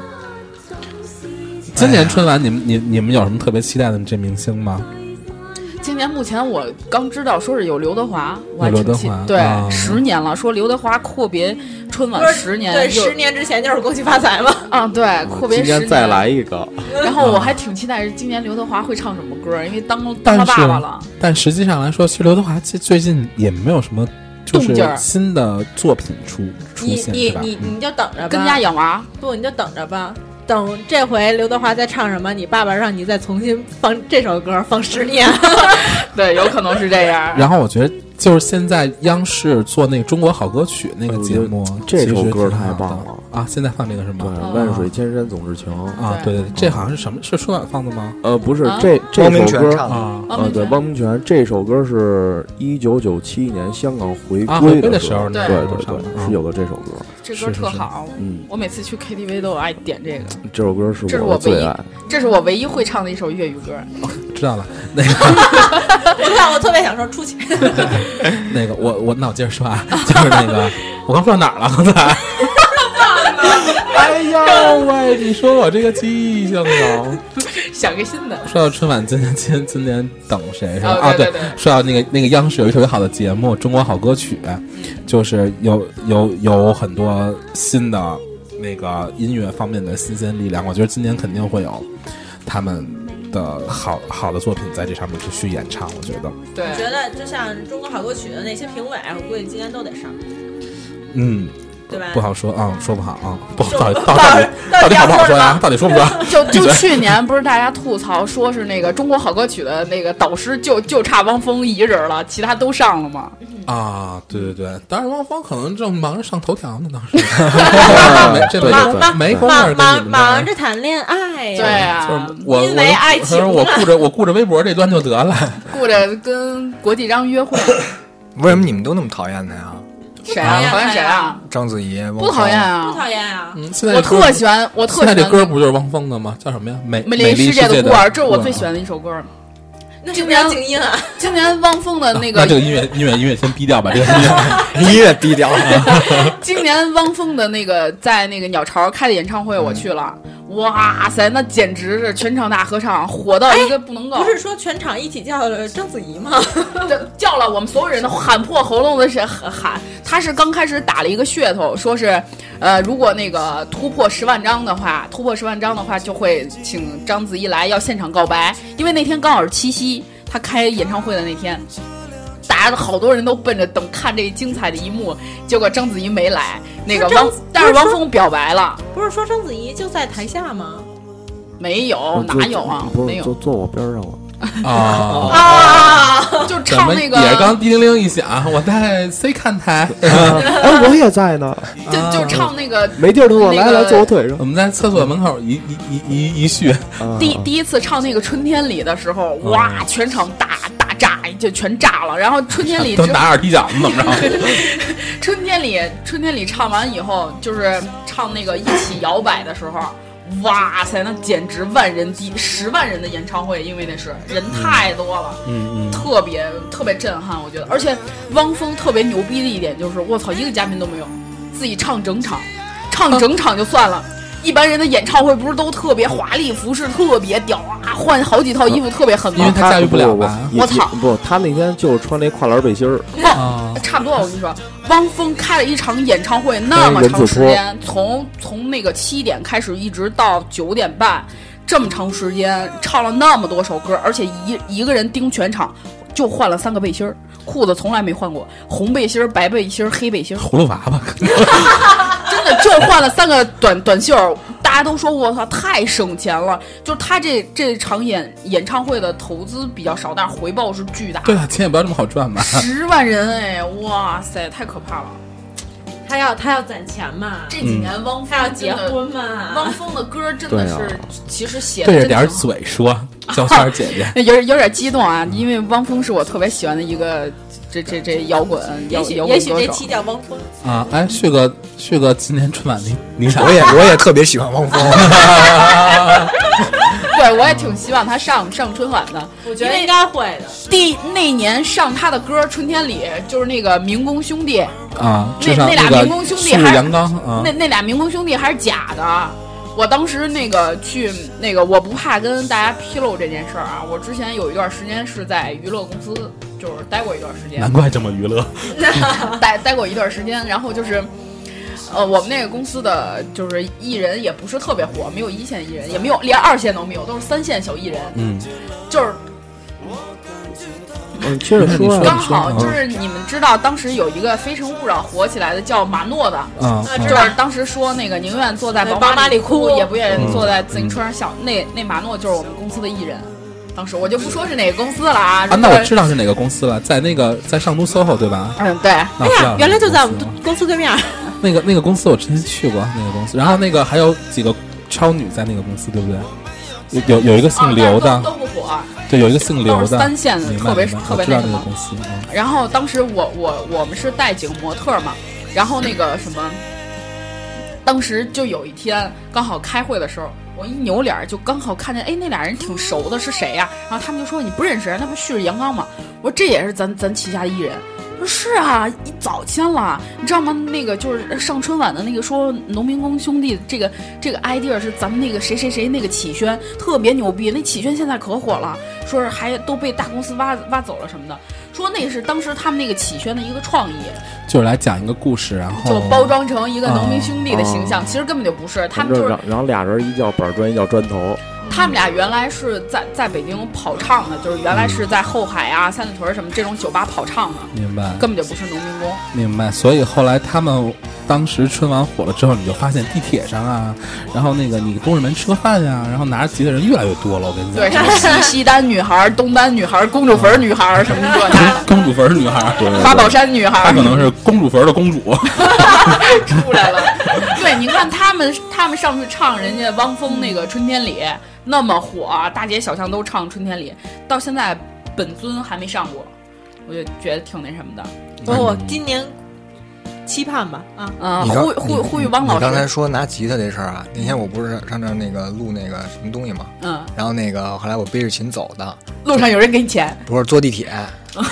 Speaker 8: 今年春晚，你们你你们有什么特别期待的这明星吗？
Speaker 6: 今年目前我刚知道说是有刘德华，我还
Speaker 8: 有刘
Speaker 6: 挺
Speaker 8: 德
Speaker 6: 气
Speaker 8: 华，
Speaker 6: 对
Speaker 8: 啊，
Speaker 6: 十年了，说刘德华阔别春
Speaker 7: 不
Speaker 6: 晚
Speaker 7: 是
Speaker 6: 十年，
Speaker 7: 对，
Speaker 6: 又
Speaker 7: 十年之前就是恭喜发财嘛。
Speaker 6: 啊，对，阔别
Speaker 5: 今
Speaker 6: 十
Speaker 5: 天再来。一个，
Speaker 8: 嗯
Speaker 6: 然后我还挺期待今年刘德华会唱什么歌，因为当当
Speaker 8: 但
Speaker 6: 了
Speaker 8: 是
Speaker 6: 爸爸了，
Speaker 8: 但实际上来说，其实刘德华其实最近也没有什么就
Speaker 6: 动
Speaker 8: 是
Speaker 6: 静儿
Speaker 8: 新的作品出出
Speaker 7: 你
Speaker 8: 现，
Speaker 7: 你
Speaker 8: 是吧？嗯
Speaker 7: 你你就等着吧，
Speaker 6: 跟家养啊娃，
Speaker 7: 不，你就等着吧。等这回刘德华再唱什么，你爸爸让你再重新放这首歌，放十年。
Speaker 6: 对，有可能是这样。
Speaker 8: 然后我觉得，就是现在央视做那个《中国好歌曲》那
Speaker 5: 哎
Speaker 8: 个节目，
Speaker 5: 这
Speaker 8: 其实
Speaker 5: 首歌
Speaker 8: 挺好
Speaker 5: 太
Speaker 8: 的
Speaker 5: 棒了
Speaker 8: 啊！现在放这个是
Speaker 5: 对
Speaker 8: 吗？，
Speaker 5: 万水嗯千山总是情。
Speaker 8: 啊，对对对，这好像是什么？是春晚放的吗？
Speaker 5: 呃，不是
Speaker 8: 嗯
Speaker 6: 啊
Speaker 5: 这
Speaker 2: 汪
Speaker 5: 这
Speaker 2: 明
Speaker 5: 首
Speaker 2: 荃
Speaker 5: 歌
Speaker 2: 唱的，
Speaker 8: 啊
Speaker 6: 汪
Speaker 5: 呃，
Speaker 6: 明
Speaker 5: 对，
Speaker 6: 荃
Speaker 5: 汪明荃这首歌是一九九七年香港回
Speaker 8: 啊，回归
Speaker 5: 的
Speaker 8: 的时候
Speaker 5: 对
Speaker 8: 那
Speaker 6: 对
Speaker 8: 个
Speaker 5: 对
Speaker 8: 唱的
Speaker 5: 对，
Speaker 8: 啊
Speaker 5: 是有的这首歌，
Speaker 6: 这
Speaker 8: 是
Speaker 6: 歌
Speaker 8: 是
Speaker 6: 特
Speaker 8: 是
Speaker 6: 好，
Speaker 5: 嗯，
Speaker 6: 我每次去 KTV 都爱点这个，
Speaker 5: 这首歌是
Speaker 6: 这是
Speaker 5: 我
Speaker 6: 我
Speaker 5: 的最
Speaker 6: 唯一
Speaker 5: 爱。
Speaker 6: 这是我唯一会唱的一首粤语歌。
Speaker 8: 知道了。那个
Speaker 7: 我看 我特别想说出去，
Speaker 8: 那个，我我那我接着说啊， 就是那个，我刚说到哪儿了？刚才。 哎呀喂！你说我这个记性啊！
Speaker 6: 想个新的，
Speaker 8: 说到春晚，今年今年今年等谁是吧？
Speaker 6: 哦
Speaker 8: 啊，
Speaker 6: 对对对
Speaker 8: 说到那个那个央视有一特别好的节目《中国好歌曲》，就是有有有很多新的那个音乐方面的新鲜力量，我觉得今年肯定会有他们的好好的作品在这上面去去演唱，我觉得，
Speaker 6: 对
Speaker 7: 觉得就像《中国好歌曲》的那些评委，我估计今年都得上，
Speaker 8: 嗯，
Speaker 7: 对吧？
Speaker 8: 不好说啊、说不好啊，不好
Speaker 7: 说
Speaker 8: 到底
Speaker 7: 不
Speaker 8: 到
Speaker 7: 好
Speaker 8: 底到
Speaker 7: 到底
Speaker 8: 底好不好
Speaker 7: 要
Speaker 8: 说
Speaker 7: 说
Speaker 8: 呀
Speaker 7: 吗？
Speaker 8: 到底说啊不 说？
Speaker 6: 就
Speaker 8: 闭
Speaker 6: 就
Speaker 8: 嘴
Speaker 6: 去年不是大家吐槽说是那个中国好歌曲的那个导师就就差汪峰一人了，其他都上了吗？
Speaker 8: 啊，对对对，当然汪峰可能正忙着上头条呢，当时没这
Speaker 5: 对对对
Speaker 8: 没没工夫
Speaker 7: 忙
Speaker 8: 跟你
Speaker 7: 忙
Speaker 8: 们
Speaker 7: 忙
Speaker 8: 这
Speaker 7: 着谈恋爱呀，
Speaker 6: 对啊
Speaker 8: 就，是我
Speaker 7: 因为爱情
Speaker 8: 我我顾着我顾着微博这端就得了。
Speaker 6: 顾着跟国际章约 会，
Speaker 2: 为什么你们都那么讨厌他呀？
Speaker 6: 谁啊？讨厌谁啊？
Speaker 2: 章子怡
Speaker 6: 不讨厌，
Speaker 7: 不
Speaker 6: 啊，
Speaker 7: 讨厌啊。
Speaker 8: 嗯，现在
Speaker 6: 我
Speaker 8: 歌
Speaker 6: 特喜欢，我特
Speaker 8: 现在
Speaker 6: 喜
Speaker 8: 这
Speaker 6: 欢
Speaker 8: 歌不就是汪峰的吗？叫什么呀？美
Speaker 6: 美
Speaker 8: 丽
Speaker 6: 丽世
Speaker 8: 界
Speaker 6: 界的
Speaker 8: 孤啊
Speaker 6: 孤儿，这是我最喜欢的一首歌了。
Speaker 7: 那是不是要静音啊？
Speaker 6: 今年汪峰的那
Speaker 8: 啊
Speaker 6: 个
Speaker 8: 这个音乐 音乐音乐先逼掉吧，这个音乐
Speaker 2: 你也低调。
Speaker 6: 今年汪峰的那个在那个鸟巢开的演唱会，我去了，哇塞，那简直是全场大合唱，火到一个不能够，
Speaker 7: 哎不是说全场一起叫章子怡吗？
Speaker 6: 这叫了我们所有人都喊破喉咙的是喊喊。他是刚开始打了一个噱头，说是，呃，如果那个突破十万张的话，突破十万张的话就会请章子怡来，要现场告白，因为那天刚好是七夕，他开演唱会的那天。大家好多人都奔着等看这精彩的一幕，结果章子怡没来，那个
Speaker 7: 不是
Speaker 6: 汪
Speaker 7: 章，
Speaker 6: 但是
Speaker 7: 不是
Speaker 6: 汪
Speaker 7: 说
Speaker 6: 峰表白了，
Speaker 7: 不是说章子怡就在台下吗？
Speaker 6: 没有，
Speaker 5: 就
Speaker 6: 哪有啊？
Speaker 5: 哦不
Speaker 6: 没
Speaker 5: 是，就
Speaker 6: 有，
Speaker 5: 坐我边上 了。
Speaker 8: 啊。
Speaker 7: 啊，
Speaker 6: 就
Speaker 8: 怎么
Speaker 6: 唱那个
Speaker 8: 也是刚叮铃铃一响，我在 C 看台，
Speaker 5: 哎，我也在呢，
Speaker 6: 就就唱那个
Speaker 5: 没地儿坐，来
Speaker 6: 那个
Speaker 5: 来坐我腿上
Speaker 8: 我。们在厕所门口一一一一一续，
Speaker 5: 啊
Speaker 8: 嗯
Speaker 6: 第第一次唱那个《春天里》的时候，哇，全场大大炸，就全炸了。然后《春天里》
Speaker 8: 都
Speaker 6: 之
Speaker 8: 打耳踢脚，怎么 着？
Speaker 6: 《春天里》《春天里》唱完以后，就是唱那个一起摇摆的时候，哇塞，那简直万人第十万人的演唱会，因为那是人太多了，
Speaker 8: 嗯嗯，
Speaker 6: 特别特别震撼，我觉得。而且汪峰特别牛逼的一点就是，我操，一个嘉宾都没有，自己唱整场，唱整场就算了。一般人的演唱会不是都特别华丽，服饰特别屌啊，换好几套衣服特别狠
Speaker 8: 因为
Speaker 6: 吗？
Speaker 8: 他驾驭不了吧
Speaker 5: 不不不也
Speaker 6: 我操
Speaker 5: 也不，他那天就穿那跨栏背心儿，
Speaker 8: 啊，
Speaker 6: 差不多，我跟你说，汪峰开了一场演唱会，那么长时间，从从那个七点开始一直到九点半，这么长时间唱了那么多首歌，而且一一个人盯全场，就换了三个背心儿，裤子从来没换过，红背心儿、白背心儿、黑背心儿，
Speaker 8: 葫芦娃娃，
Speaker 6: 真的就换了三个短短袖儿。大家都说我操，太省钱了。就是他这这场演演唱会的投资比较少，但是回报是巨大。
Speaker 8: 对啊，钱也不要这么好赚吧？
Speaker 6: 十万人哎，哇塞，太可怕了！
Speaker 7: 他要他要攒钱嘛，嗯
Speaker 6: 这几年汪峰
Speaker 7: 他要
Speaker 6: 真
Speaker 7: 结
Speaker 6: 的
Speaker 7: 婚嘛
Speaker 6: 汪，峰的歌真的
Speaker 5: 对
Speaker 6: 是
Speaker 5: 啊，
Speaker 6: 其实写的
Speaker 8: 对着
Speaker 6: 真
Speaker 8: 点儿
Speaker 6: 挺
Speaker 8: 嘴说，叫圈儿姐姐。
Speaker 6: 有点有点激动啊，因为汪峰是我特别喜欢的一个这这这摇滚
Speaker 7: 也
Speaker 6: 摇
Speaker 7: 许
Speaker 6: 摇
Speaker 7: 也
Speaker 6: 滚
Speaker 7: 许
Speaker 6: 歌
Speaker 7: 这
Speaker 6: 手
Speaker 7: 期。叫汪峰。
Speaker 8: 啊，哎，旭哥，旭哥，今年春晚你你想
Speaker 2: 我也我也特别喜欢汪峰，
Speaker 6: 对，对，我也挺希望他上上春晚的。
Speaker 7: 我觉得应该会的。
Speaker 6: 第那年上他的歌《春天里》，就是那个民工兄弟，
Speaker 8: 啊，
Speaker 6: 那
Speaker 8: 至少
Speaker 6: 那俩
Speaker 8: 个
Speaker 6: 民工兄弟
Speaker 8: 旭日
Speaker 6: 还
Speaker 8: 阳刚啊
Speaker 6: 那，那俩民工兄弟还是假的。我当时那个去那个，我不怕跟大家披露这件事儿啊。我之前有一段时间是在娱乐公司，就是待过一段时间
Speaker 8: 难，怪这么娱乐。
Speaker 6: 待待过一段时间，然后就是。呃，我们那个公司的就是艺人也不是特别火，没有一线艺人，也没有连二线都没有，都是三线小艺人，
Speaker 8: 嗯，
Speaker 6: 就是
Speaker 5: 嗯，接着说啊，
Speaker 6: 刚好
Speaker 8: 嗯
Speaker 6: 就是你们知道，当时有一个《非诚勿扰》火起来的叫马诺的，
Speaker 8: 啊，
Speaker 7: 啊
Speaker 6: 就
Speaker 7: 知道
Speaker 6: 是当时说那个宁愿坐在
Speaker 7: 对
Speaker 6: 宝
Speaker 7: 宝马
Speaker 6: 里
Speaker 7: 里哭
Speaker 6: 也不
Speaker 8: 嗯
Speaker 6: 愿意坐在自行车上笑。那那马诺就是我们公司的艺人，当时我就不说是哪个公司了啊。
Speaker 8: 啊，那
Speaker 6: 如
Speaker 8: 我
Speaker 6: 果
Speaker 8: 知道是哪个公司了，在那个在上都 SOHO 对吧？
Speaker 6: 嗯，对，
Speaker 8: 哎
Speaker 9: 哎呀，原来就在我们公司对
Speaker 7: 啊
Speaker 9: 面儿。
Speaker 8: 那个那个公司，我之前去过那个公司，然后那个还有几个超女在那个公司，对不对？有有有一个姓刘
Speaker 6: 啊但是都都
Speaker 8: 的，
Speaker 6: 不火。
Speaker 8: 对，有一个姓刘
Speaker 6: 都
Speaker 8: 的，
Speaker 6: 是三线的
Speaker 8: 明白
Speaker 6: 特别
Speaker 8: 明白
Speaker 6: 特别
Speaker 8: 我知道
Speaker 6: 那什
Speaker 8: 那
Speaker 6: 么
Speaker 8: 个公司，嗯
Speaker 6: 然后当时我我我们是带几个模特儿嘛，然后那个什么，当时就有一天刚好开会的时候，我一扭脸儿就刚好看见，哎，那俩人挺熟的，是谁呀、然后他们就说你不认识，那不旭日阳刚吗？我说这也是咱咱旗下的艺人。说是啊，一早签了，你知道吗？那个就是上春晚的那个说农民工兄弟这个这个 idea 是咱们那个谁谁谁那个启轩特别牛逼，那启轩现在可火了，说是还都被大公司挖挖走了什么的，说那是当时他们那个启轩的一个创意，
Speaker 8: 就是来讲一个故事，然后
Speaker 6: 就包装成一个农民兄弟的形象，其实根本就不是，他
Speaker 5: 反
Speaker 6: 们就
Speaker 5: 正
Speaker 6: 是
Speaker 5: 然然后俩人一叫板砖，一叫砖头，
Speaker 6: 他们俩原来是在在北京跑唱的，就是原来是在后海啊、三里屯什么这种酒吧跑唱的，
Speaker 8: 明白
Speaker 6: 根本就不是农民工。
Speaker 8: 明白。所以后来他们当时春晚火了之后，你就发现地铁上啊，然后那个你东直门吃个饭呀、然后拿着吉他的人越来越多了，我跟你
Speaker 6: 对，
Speaker 8: 讲。
Speaker 6: 什么西西单女孩、东单女孩、公主坟女孩什么这那 的，
Speaker 8: 公主坟女孩儿，
Speaker 6: 八宝山女
Speaker 8: 她
Speaker 6: 孩
Speaker 8: 可能是公主坟的公主。
Speaker 6: 出来了。 对，你看他们，他们上次唱人家汪峰那个《春天里》那么火，大街小巷都唱《春天里》，到现在本尊还没上过，我就觉得挺那什么的。
Speaker 5: 嗯
Speaker 9: 我我今年期盼吧啊，
Speaker 6: 嗯，
Speaker 2: 你刚
Speaker 6: 呼呼呼吁汪
Speaker 2: 你
Speaker 6: 老
Speaker 2: 刚才
Speaker 6: 师，
Speaker 2: 说拿吉他这事儿啊，那天我不是上这儿那个录那个什么东西嘛，
Speaker 6: 嗯，
Speaker 2: 然后那个后来我背着琴走的，
Speaker 6: 路上有人给你钱，
Speaker 2: 不是坐地 铁，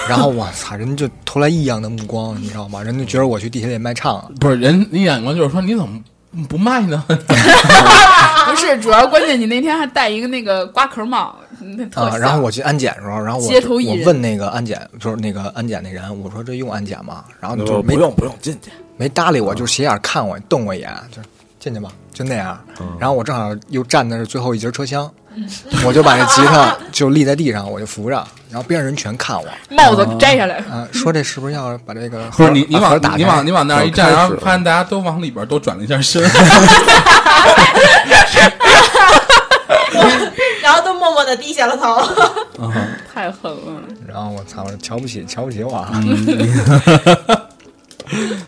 Speaker 2: 然后我操，人就投来异样的目光，你知道吗？人就觉得我去地铁里卖唱了。
Speaker 8: 不是人，你眼光就是说你怎么不卖呢？
Speaker 6: 不是，主要关键你那天还戴一个那个瓜壳帽，那特
Speaker 2: 啊，
Speaker 6: 像
Speaker 2: 然后我去安检的时候，然后我
Speaker 6: 街头艺
Speaker 2: 我
Speaker 6: 人
Speaker 2: 问那个安检，就是那个安检那人，我说这用安检吗？然后就
Speaker 5: 不
Speaker 2: 嗯没
Speaker 5: 用不用进去，
Speaker 2: 没搭理我，就是斜眼看我，瞪我一眼，就是进去吧，就那样。
Speaker 8: 嗯
Speaker 2: 然后我正好又站的是最后一节车厢，
Speaker 6: 嗯
Speaker 2: 我就把那吉 他就立在地上，我就扶着，然后边上人全看我，
Speaker 6: 帽子摘下来，
Speaker 2: 啊，说这是不是要把这个
Speaker 8: 不
Speaker 2: 盒
Speaker 8: 是你，你
Speaker 2: 把盒
Speaker 8: 往
Speaker 2: 打开
Speaker 8: 你往你往那儿一站，
Speaker 5: 开始
Speaker 8: 然后
Speaker 5: 了
Speaker 8: 发现大家都往里边儿都转了一下身。
Speaker 9: 然后都默默的低下了 头。
Speaker 8: 嗯
Speaker 6: 太狠了。
Speaker 2: 然后我操，我瞧不起，瞧不起我啊！
Speaker 5: 嗯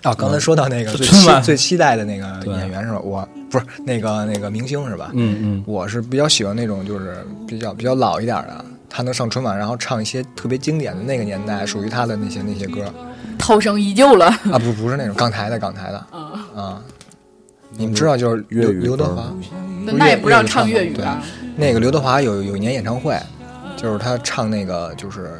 Speaker 2: 啊，刚才说到那个
Speaker 5: 嗯
Speaker 2: 最
Speaker 8: 春
Speaker 2: 期
Speaker 8: 晚
Speaker 2: 最期待的那个演员是吧？我不是那个那个明星是吧？
Speaker 8: 嗯嗯，
Speaker 2: 我是比较喜欢那种就是比较比较老一点的，他能上春晚，然后唱一些特别经典的那个年代属于他的那些那些歌
Speaker 5: 嗯
Speaker 6: 涛声依旧了，
Speaker 2: 啊，不不是那种港台的港台的
Speaker 6: 嗯，
Speaker 2: 啊，你们知道就是刘
Speaker 5: 粤语歌
Speaker 2: 刘德华，
Speaker 6: 那也不让唱粤语
Speaker 2: 对
Speaker 6: 啊。
Speaker 2: 那个刘德华有有一年演唱会，就是他唱那个就是《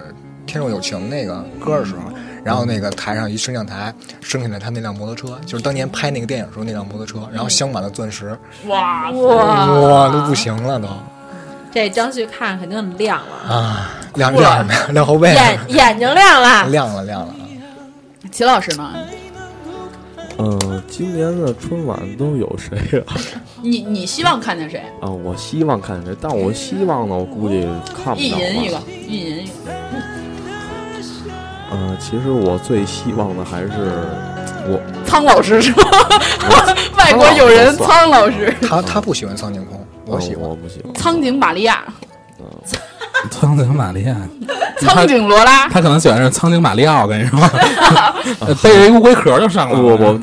Speaker 2: 天若有情》那个歌的时候，然后那个台上一升降台升起来他那辆摩托车，就是当年拍那个电影时候那辆摩托车，然后镶满了钻石，
Speaker 6: 哇啊
Speaker 2: 哇，都不行了都
Speaker 7: 这江旭看肯定很亮了，
Speaker 2: 啊，亮亮什么呀？亮后
Speaker 5: 哎
Speaker 2: 背，
Speaker 7: 眼眼睛亮了。
Speaker 2: 亮了亮了啊。
Speaker 6: 齐老师呢？
Speaker 5: 嗯，今年的春晚都有谁啊？
Speaker 6: 你你希望看见谁？
Speaker 5: 啊，我希望看谁，但我希望呢，我估计看不
Speaker 6: 一
Speaker 5: 到啊
Speaker 6: 人一
Speaker 5: 吧
Speaker 6: 个。，一人一个。
Speaker 5: 嗯，其实我最希望的还是我
Speaker 6: 苍老师是吧？ 外国友人苍老师，
Speaker 2: 他他不喜欢苍井空，哦我
Speaker 5: 嗯
Speaker 2: 喜欢
Speaker 5: 我不喜欢
Speaker 6: 苍井玛利亚，
Speaker 8: 苍井玛利亚，
Speaker 6: 苍井罗拉，
Speaker 8: 他可能喜欢是苍井玛利亚，我跟你 说，背着一乌龟壳就上来了。嗯
Speaker 5: 我我我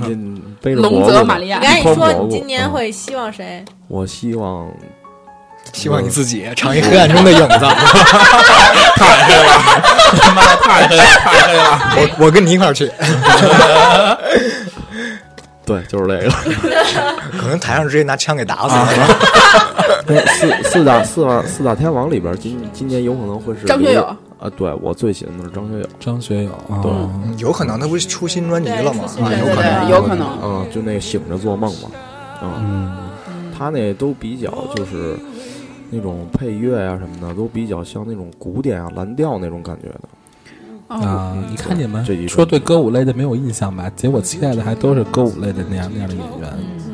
Speaker 5: 背着
Speaker 6: 龙
Speaker 5: 脖子
Speaker 6: 泽
Speaker 5: 呢
Speaker 6: 玛利亚
Speaker 5: 一
Speaker 9: 你。赶紧
Speaker 5: 筐
Speaker 9: 说，
Speaker 5: 蘑菇
Speaker 9: 你今年
Speaker 5: 嗯
Speaker 9: 会希望谁？
Speaker 5: 我希望
Speaker 2: 希望你自己唱一黑暗中的影 子，
Speaker 8: 太黑了，他妈太黑了，太黑了。
Speaker 2: 我我跟你一块儿去。
Speaker 5: 对对，就是这个。
Speaker 2: 可能台上直接拿枪给打死了。
Speaker 5: 四四大四大四大天王里边，今今年有可能会是
Speaker 6: 张学友
Speaker 5: 刘啊，对我最喜欢的是张学友，
Speaker 8: 张学友啊，
Speaker 5: 对
Speaker 2: 嗯有可能他不是出新专辑了吗？
Speaker 7: 对
Speaker 2: 啊，
Speaker 7: 出新专辑
Speaker 2: 有可
Speaker 6: 对对
Speaker 2: 能
Speaker 6: 对，。有可能。
Speaker 5: 啊，就那个醒着做梦嘛，啊，
Speaker 8: 嗯，
Speaker 5: 他那都比较就是那种配乐啊什么的，都比较像那种古典啊蓝调那种感觉的。
Speaker 6: 哦，
Speaker 8: 啊，你看你们
Speaker 5: 这一
Speaker 8: 说对歌舞类的没有印象吧？结果期待的还都是歌舞类的那样那样的演员。
Speaker 5: 嗯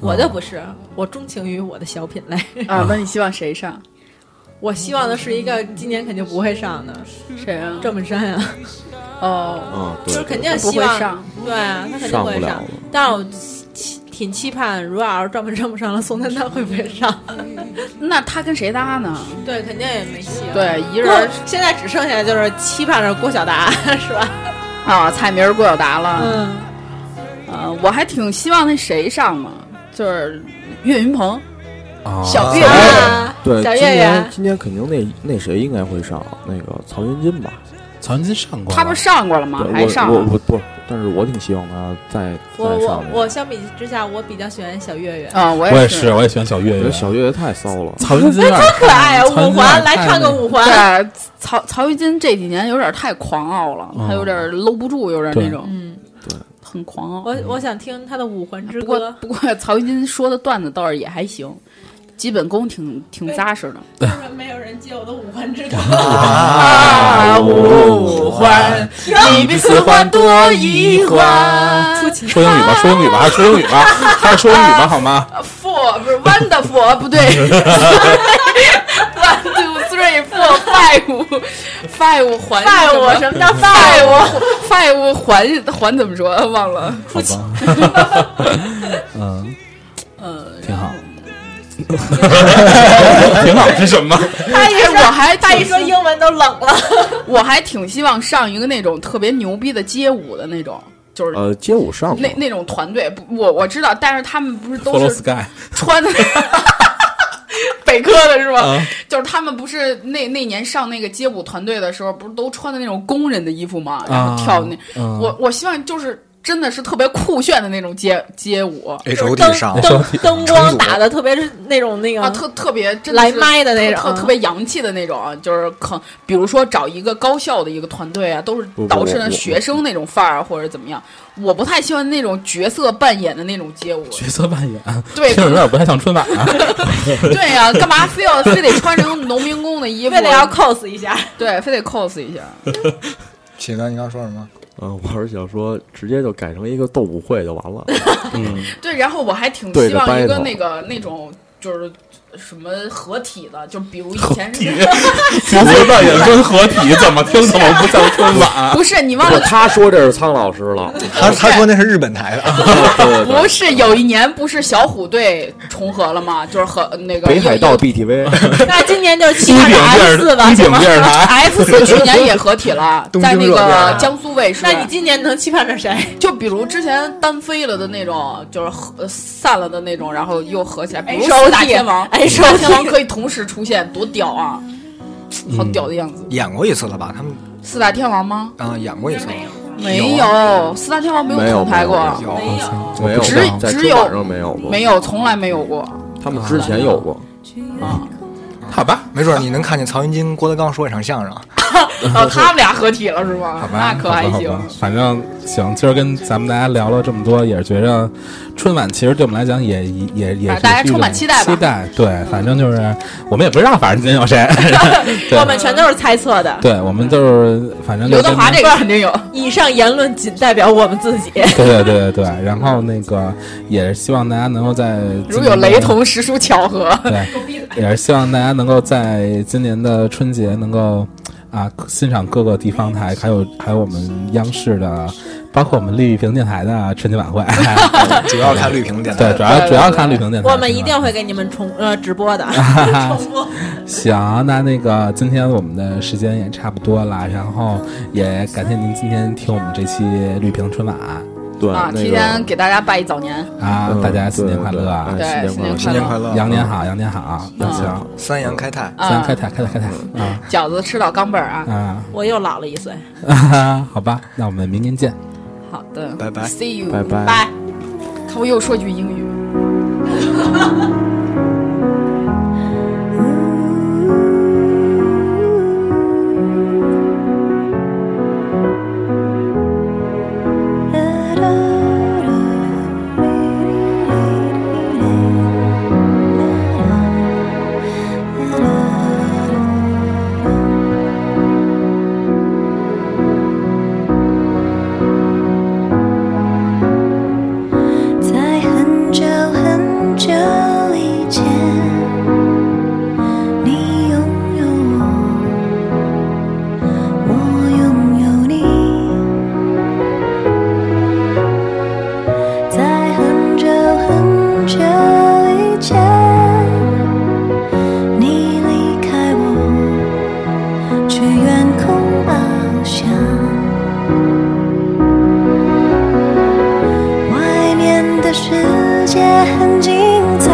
Speaker 7: 我就不是，我钟情于我的小品类。
Speaker 6: 啊，那你希望谁上？
Speaker 7: 我希望的是一个今年肯定不会上的
Speaker 6: 谁啊？
Speaker 7: 郑本山啊，
Speaker 6: 哦，
Speaker 5: 啊，
Speaker 7: 就
Speaker 5: 对
Speaker 7: 是
Speaker 5: 对
Speaker 7: 肯定
Speaker 6: 不
Speaker 7: 希
Speaker 6: 会
Speaker 7: 望
Speaker 6: 上，
Speaker 7: 对啊，他肯定
Speaker 5: 上
Speaker 7: 会
Speaker 5: 不了
Speaker 7: 上
Speaker 5: 了。
Speaker 7: 但是我期挺期盼，如果要是郑本山不上了，宋丹丹会不会上？
Speaker 6: 那他跟谁搭呢？
Speaker 7: 对，肯定也没戏了。
Speaker 6: 对，一人
Speaker 7: 不过
Speaker 6: 儿
Speaker 7: 现在只剩下就是期盼着郭晓达是吧？
Speaker 6: 啊，蔡明儿、郭晓达了。
Speaker 7: 嗯，
Speaker 6: 啊，我还挺希望那谁上嘛，就是岳云鹏，
Speaker 8: 啊，
Speaker 6: 小岳岳。
Speaker 7: 啊，
Speaker 5: 对，
Speaker 7: 小
Speaker 5: 今
Speaker 7: 岳
Speaker 5: 年
Speaker 7: 岳，
Speaker 5: 今年肯定那那谁应该会上那个曹云金吧？
Speaker 8: 曾经上过了，
Speaker 6: 他不是上过了吗？还
Speaker 5: 对
Speaker 6: 上
Speaker 5: 我我
Speaker 6: 了
Speaker 5: 我不，但是我挺希望他再
Speaker 7: 啊我
Speaker 5: 再上
Speaker 7: 我
Speaker 5: 那个。
Speaker 7: 我相比之下，我比较喜欢小岳岳，
Speaker 6: 啊，我
Speaker 8: 我也
Speaker 6: 是
Speaker 8: 是，。我也喜欢小岳
Speaker 5: 我觉
Speaker 8: 岳
Speaker 5: 得。小岳岳太骚了，
Speaker 8: 曹云金有点
Speaker 7: 可爱啊！
Speaker 8: 曹云金有
Speaker 7: 五
Speaker 8: 点
Speaker 7: 环
Speaker 8: 太
Speaker 7: 来唱个五环，
Speaker 6: 对，曹曹云金这几年有点太狂傲了，他有点搂不住，有点那种
Speaker 7: 嗯，
Speaker 6: 很狂傲。
Speaker 7: 我我想听他的五环之
Speaker 6: 不过
Speaker 7: 歌。
Speaker 6: 不过，曹云金说的段子倒是也还行，基本功挺挺扎实的。
Speaker 7: 为什么没有人接我的五环之歌？
Speaker 6: 啊，五环，你比四环多一 环。
Speaker 7: 出奇
Speaker 8: 说英语吧，说英语吧，还是说英语吧，还是说英语吧，好吗？
Speaker 6: Four 不是 wonderful 不对，one two three four five five 环
Speaker 7: five 什么叫 five？
Speaker 6: five 环环怎么说？忘 了。
Speaker 8: 好吧，嗯，
Speaker 6: 呃，
Speaker 8: 挺好， 挺好是什么？
Speaker 7: 他一
Speaker 6: 哎，我还
Speaker 7: 他一
Speaker 6: 挺
Speaker 7: 说英文都冷了。
Speaker 6: 我还挺希望上一个那种特别牛逼的街舞的那种，就是
Speaker 5: 呃，街舞上吧
Speaker 6: 那那种团队，不我我知道，但是他们不是
Speaker 8: follow
Speaker 6: 都是
Speaker 8: sky
Speaker 6: 穿的 北科的是吧？
Speaker 5: 嗯
Speaker 8: 啊，
Speaker 6: 就是他们不是那那年上那个街舞团队的时候，不是都穿的那种工人的衣服吗？然
Speaker 5: 啊
Speaker 6: 后啊跳那，
Speaker 8: 嗯
Speaker 6: 我我希望就是真的是特别酷炫的那种街街舞
Speaker 2: H O D 上，
Speaker 8: 说
Speaker 7: 灯灯光打的特别是那种那个
Speaker 6: 啊，特特别真的
Speaker 7: 来
Speaker 6: 是
Speaker 7: 麦的那
Speaker 6: 特
Speaker 7: 种，
Speaker 6: 特特别洋气的那种啊，就是可比如说找一个高校的一个团队啊，都是
Speaker 5: 不不
Speaker 6: 导师
Speaker 5: 我
Speaker 6: 的
Speaker 5: 我
Speaker 6: 学生那种范儿啊或者怎么样。我不太喜欢那种角色扮演的那种街舞，
Speaker 8: 角色扮演，
Speaker 6: 对
Speaker 8: 听着有点不太像春晚啊。
Speaker 6: 对呀、干嘛非要非得穿成农民工的衣服？
Speaker 7: 非得要 cos 一下。
Speaker 6: 对，非得 cos 一下。
Speaker 2: 启哥，你刚说什么？
Speaker 5: 嗯，我是想说，直接就改成一个斗舞会就完了。
Speaker 8: 嗯，
Speaker 6: 对，然后我还挺
Speaker 5: 对
Speaker 6: 希
Speaker 5: 着
Speaker 6: 望一个
Speaker 5: battle
Speaker 6: 那个那种就是什么合体的，就比如以前是。
Speaker 8: 角色扮演跟合 体怎么听怎么不像春晚？
Speaker 6: 不是你忘
Speaker 5: 不是
Speaker 6: 了，
Speaker 5: 他说这是苍老师 了，
Speaker 2: 他他说那是日本台的，啊
Speaker 5: 对对对，
Speaker 6: 不是有一年不是小虎队重合了吗？就是和那个
Speaker 5: 北海道
Speaker 6: 有
Speaker 5: BTV
Speaker 7: 那今年就是期
Speaker 8: 屋
Speaker 7: 盼
Speaker 8: 顶
Speaker 7: 着
Speaker 8: 电
Speaker 7: F 四吧
Speaker 8: 视，屋，顶 电视台，
Speaker 6: F 四去年也合体了
Speaker 2: 东，京
Speaker 6: 在那
Speaker 2: 热恋
Speaker 6: 个
Speaker 2: 啊
Speaker 6: 江苏卫视。
Speaker 7: 那你今年能期盼着谁？
Speaker 6: 就比如之前单飞了的那种，就是合散了的那种，然后又合起来，比如
Speaker 7: H O T
Speaker 6: 四大天王，四
Speaker 7: H O T
Speaker 6: 大天王可以同时出现，多屌啊！好屌的样子。
Speaker 2: 演过一次了吧？他们
Speaker 6: 四大天王吗？
Speaker 2: 啊演过一次，
Speaker 6: 没
Speaker 2: 有
Speaker 6: 有，四大天王没
Speaker 5: 没有
Speaker 6: 同台过，
Speaker 5: 有
Speaker 8: 我
Speaker 5: 没
Speaker 8: 不
Speaker 5: 有
Speaker 8: 知
Speaker 6: 只
Speaker 8: 道
Speaker 5: 在
Speaker 6: 只
Speaker 5: 春晚
Speaker 6: 有
Speaker 5: 上没有过，
Speaker 6: 没有，从来没有过。
Speaker 5: 他们之前有过，
Speaker 8: 好吧，
Speaker 2: 没准你能看见曹云金、郭德纲说一场相声。啊
Speaker 6: 哦，他们俩合体了是吗
Speaker 8: 好？吧，
Speaker 6: 那可还
Speaker 8: 好吧
Speaker 6: 行
Speaker 8: 好吧。反正行，今儿跟咱们大家聊了这么多，也是觉着春晚其实对我们来讲也也也也是
Speaker 6: 大家
Speaker 8: 一种
Speaker 6: 充满期待吧
Speaker 8: 期待对，反正就是我们也不知道，反正今天有 谁。对
Speaker 7: 我们全都是猜测的。
Speaker 8: 对，我们就是反正就
Speaker 6: 刘德
Speaker 8: 真
Speaker 6: 华
Speaker 8: 的
Speaker 6: 这个肯定有。
Speaker 7: 以上言论仅代表我们自己。
Speaker 8: 对对对对对，然后那个也是希望大家能够在
Speaker 6: 如有雷，同，实属巧合。
Speaker 8: 对， 也是希望大家能够在今年的春节能够啊欣赏各个地方台，还有还有我们央视的，包括我们绿屏电台的春节晚会，
Speaker 2: 主要看绿屏电
Speaker 8: 对，
Speaker 2: 台
Speaker 8: 主。要主要看绿屏电台，
Speaker 7: 我们一定会给你们重呃直播的，重播。
Speaker 8: 行，那那个今天我们的时间也差不多了，然后也感谢您今天听我们这期绿屏春晚
Speaker 5: 对，
Speaker 6: 啊，
Speaker 5: 那
Speaker 6: 提前
Speaker 5: 个
Speaker 6: 给大家拜一早年，
Speaker 8: 啊，
Speaker 5: 嗯
Speaker 8: 大家新年
Speaker 5: 对
Speaker 8: 快
Speaker 5: 对
Speaker 8: 乐啊，
Speaker 5: 哎
Speaker 6: 对
Speaker 5: 新年
Speaker 6: 新
Speaker 2: 新
Speaker 6: 年
Speaker 2: 年
Speaker 6: 快
Speaker 2: 快
Speaker 6: 乐
Speaker 2: 乐，
Speaker 8: 羊年好，羊年好，
Speaker 7: 嗯
Speaker 8: 那行，
Speaker 2: 三阳开泰。
Speaker 8: 咱
Speaker 6: 啊
Speaker 8: 开台开台开台啊
Speaker 6: 饺子吃到钢镚儿啊！
Speaker 8: 啊
Speaker 7: 我又老了一岁。嗯
Speaker 8: 啊，好吧，那我们明年见。
Speaker 6: 好的，
Speaker 2: 拜拜
Speaker 6: ，See you，
Speaker 5: 拜拜
Speaker 6: 拜。
Speaker 5: 拜
Speaker 6: 看我又说句英语。
Speaker 11: 在很久很久以前，你拥有我，我拥有你。在很久很久以前，你离开我，去远空翱翔。外面的世界很精彩，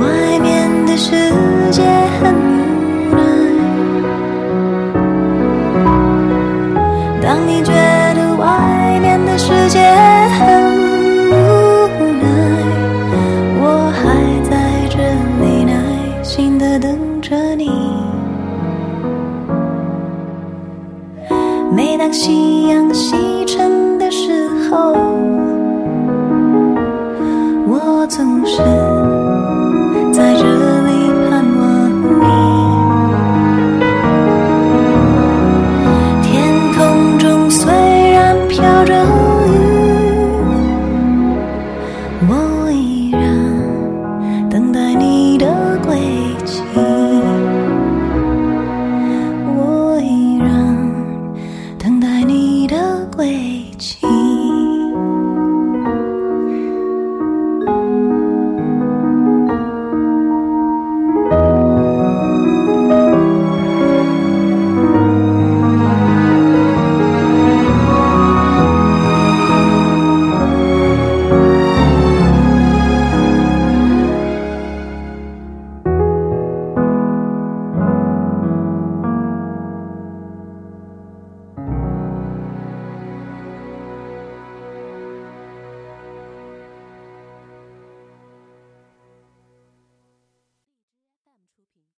Speaker 11: 外面的世界很无奈。当你觉得外面的世界很无奈，我还在这里耐心的等着你。每当夕阳西沉的时候，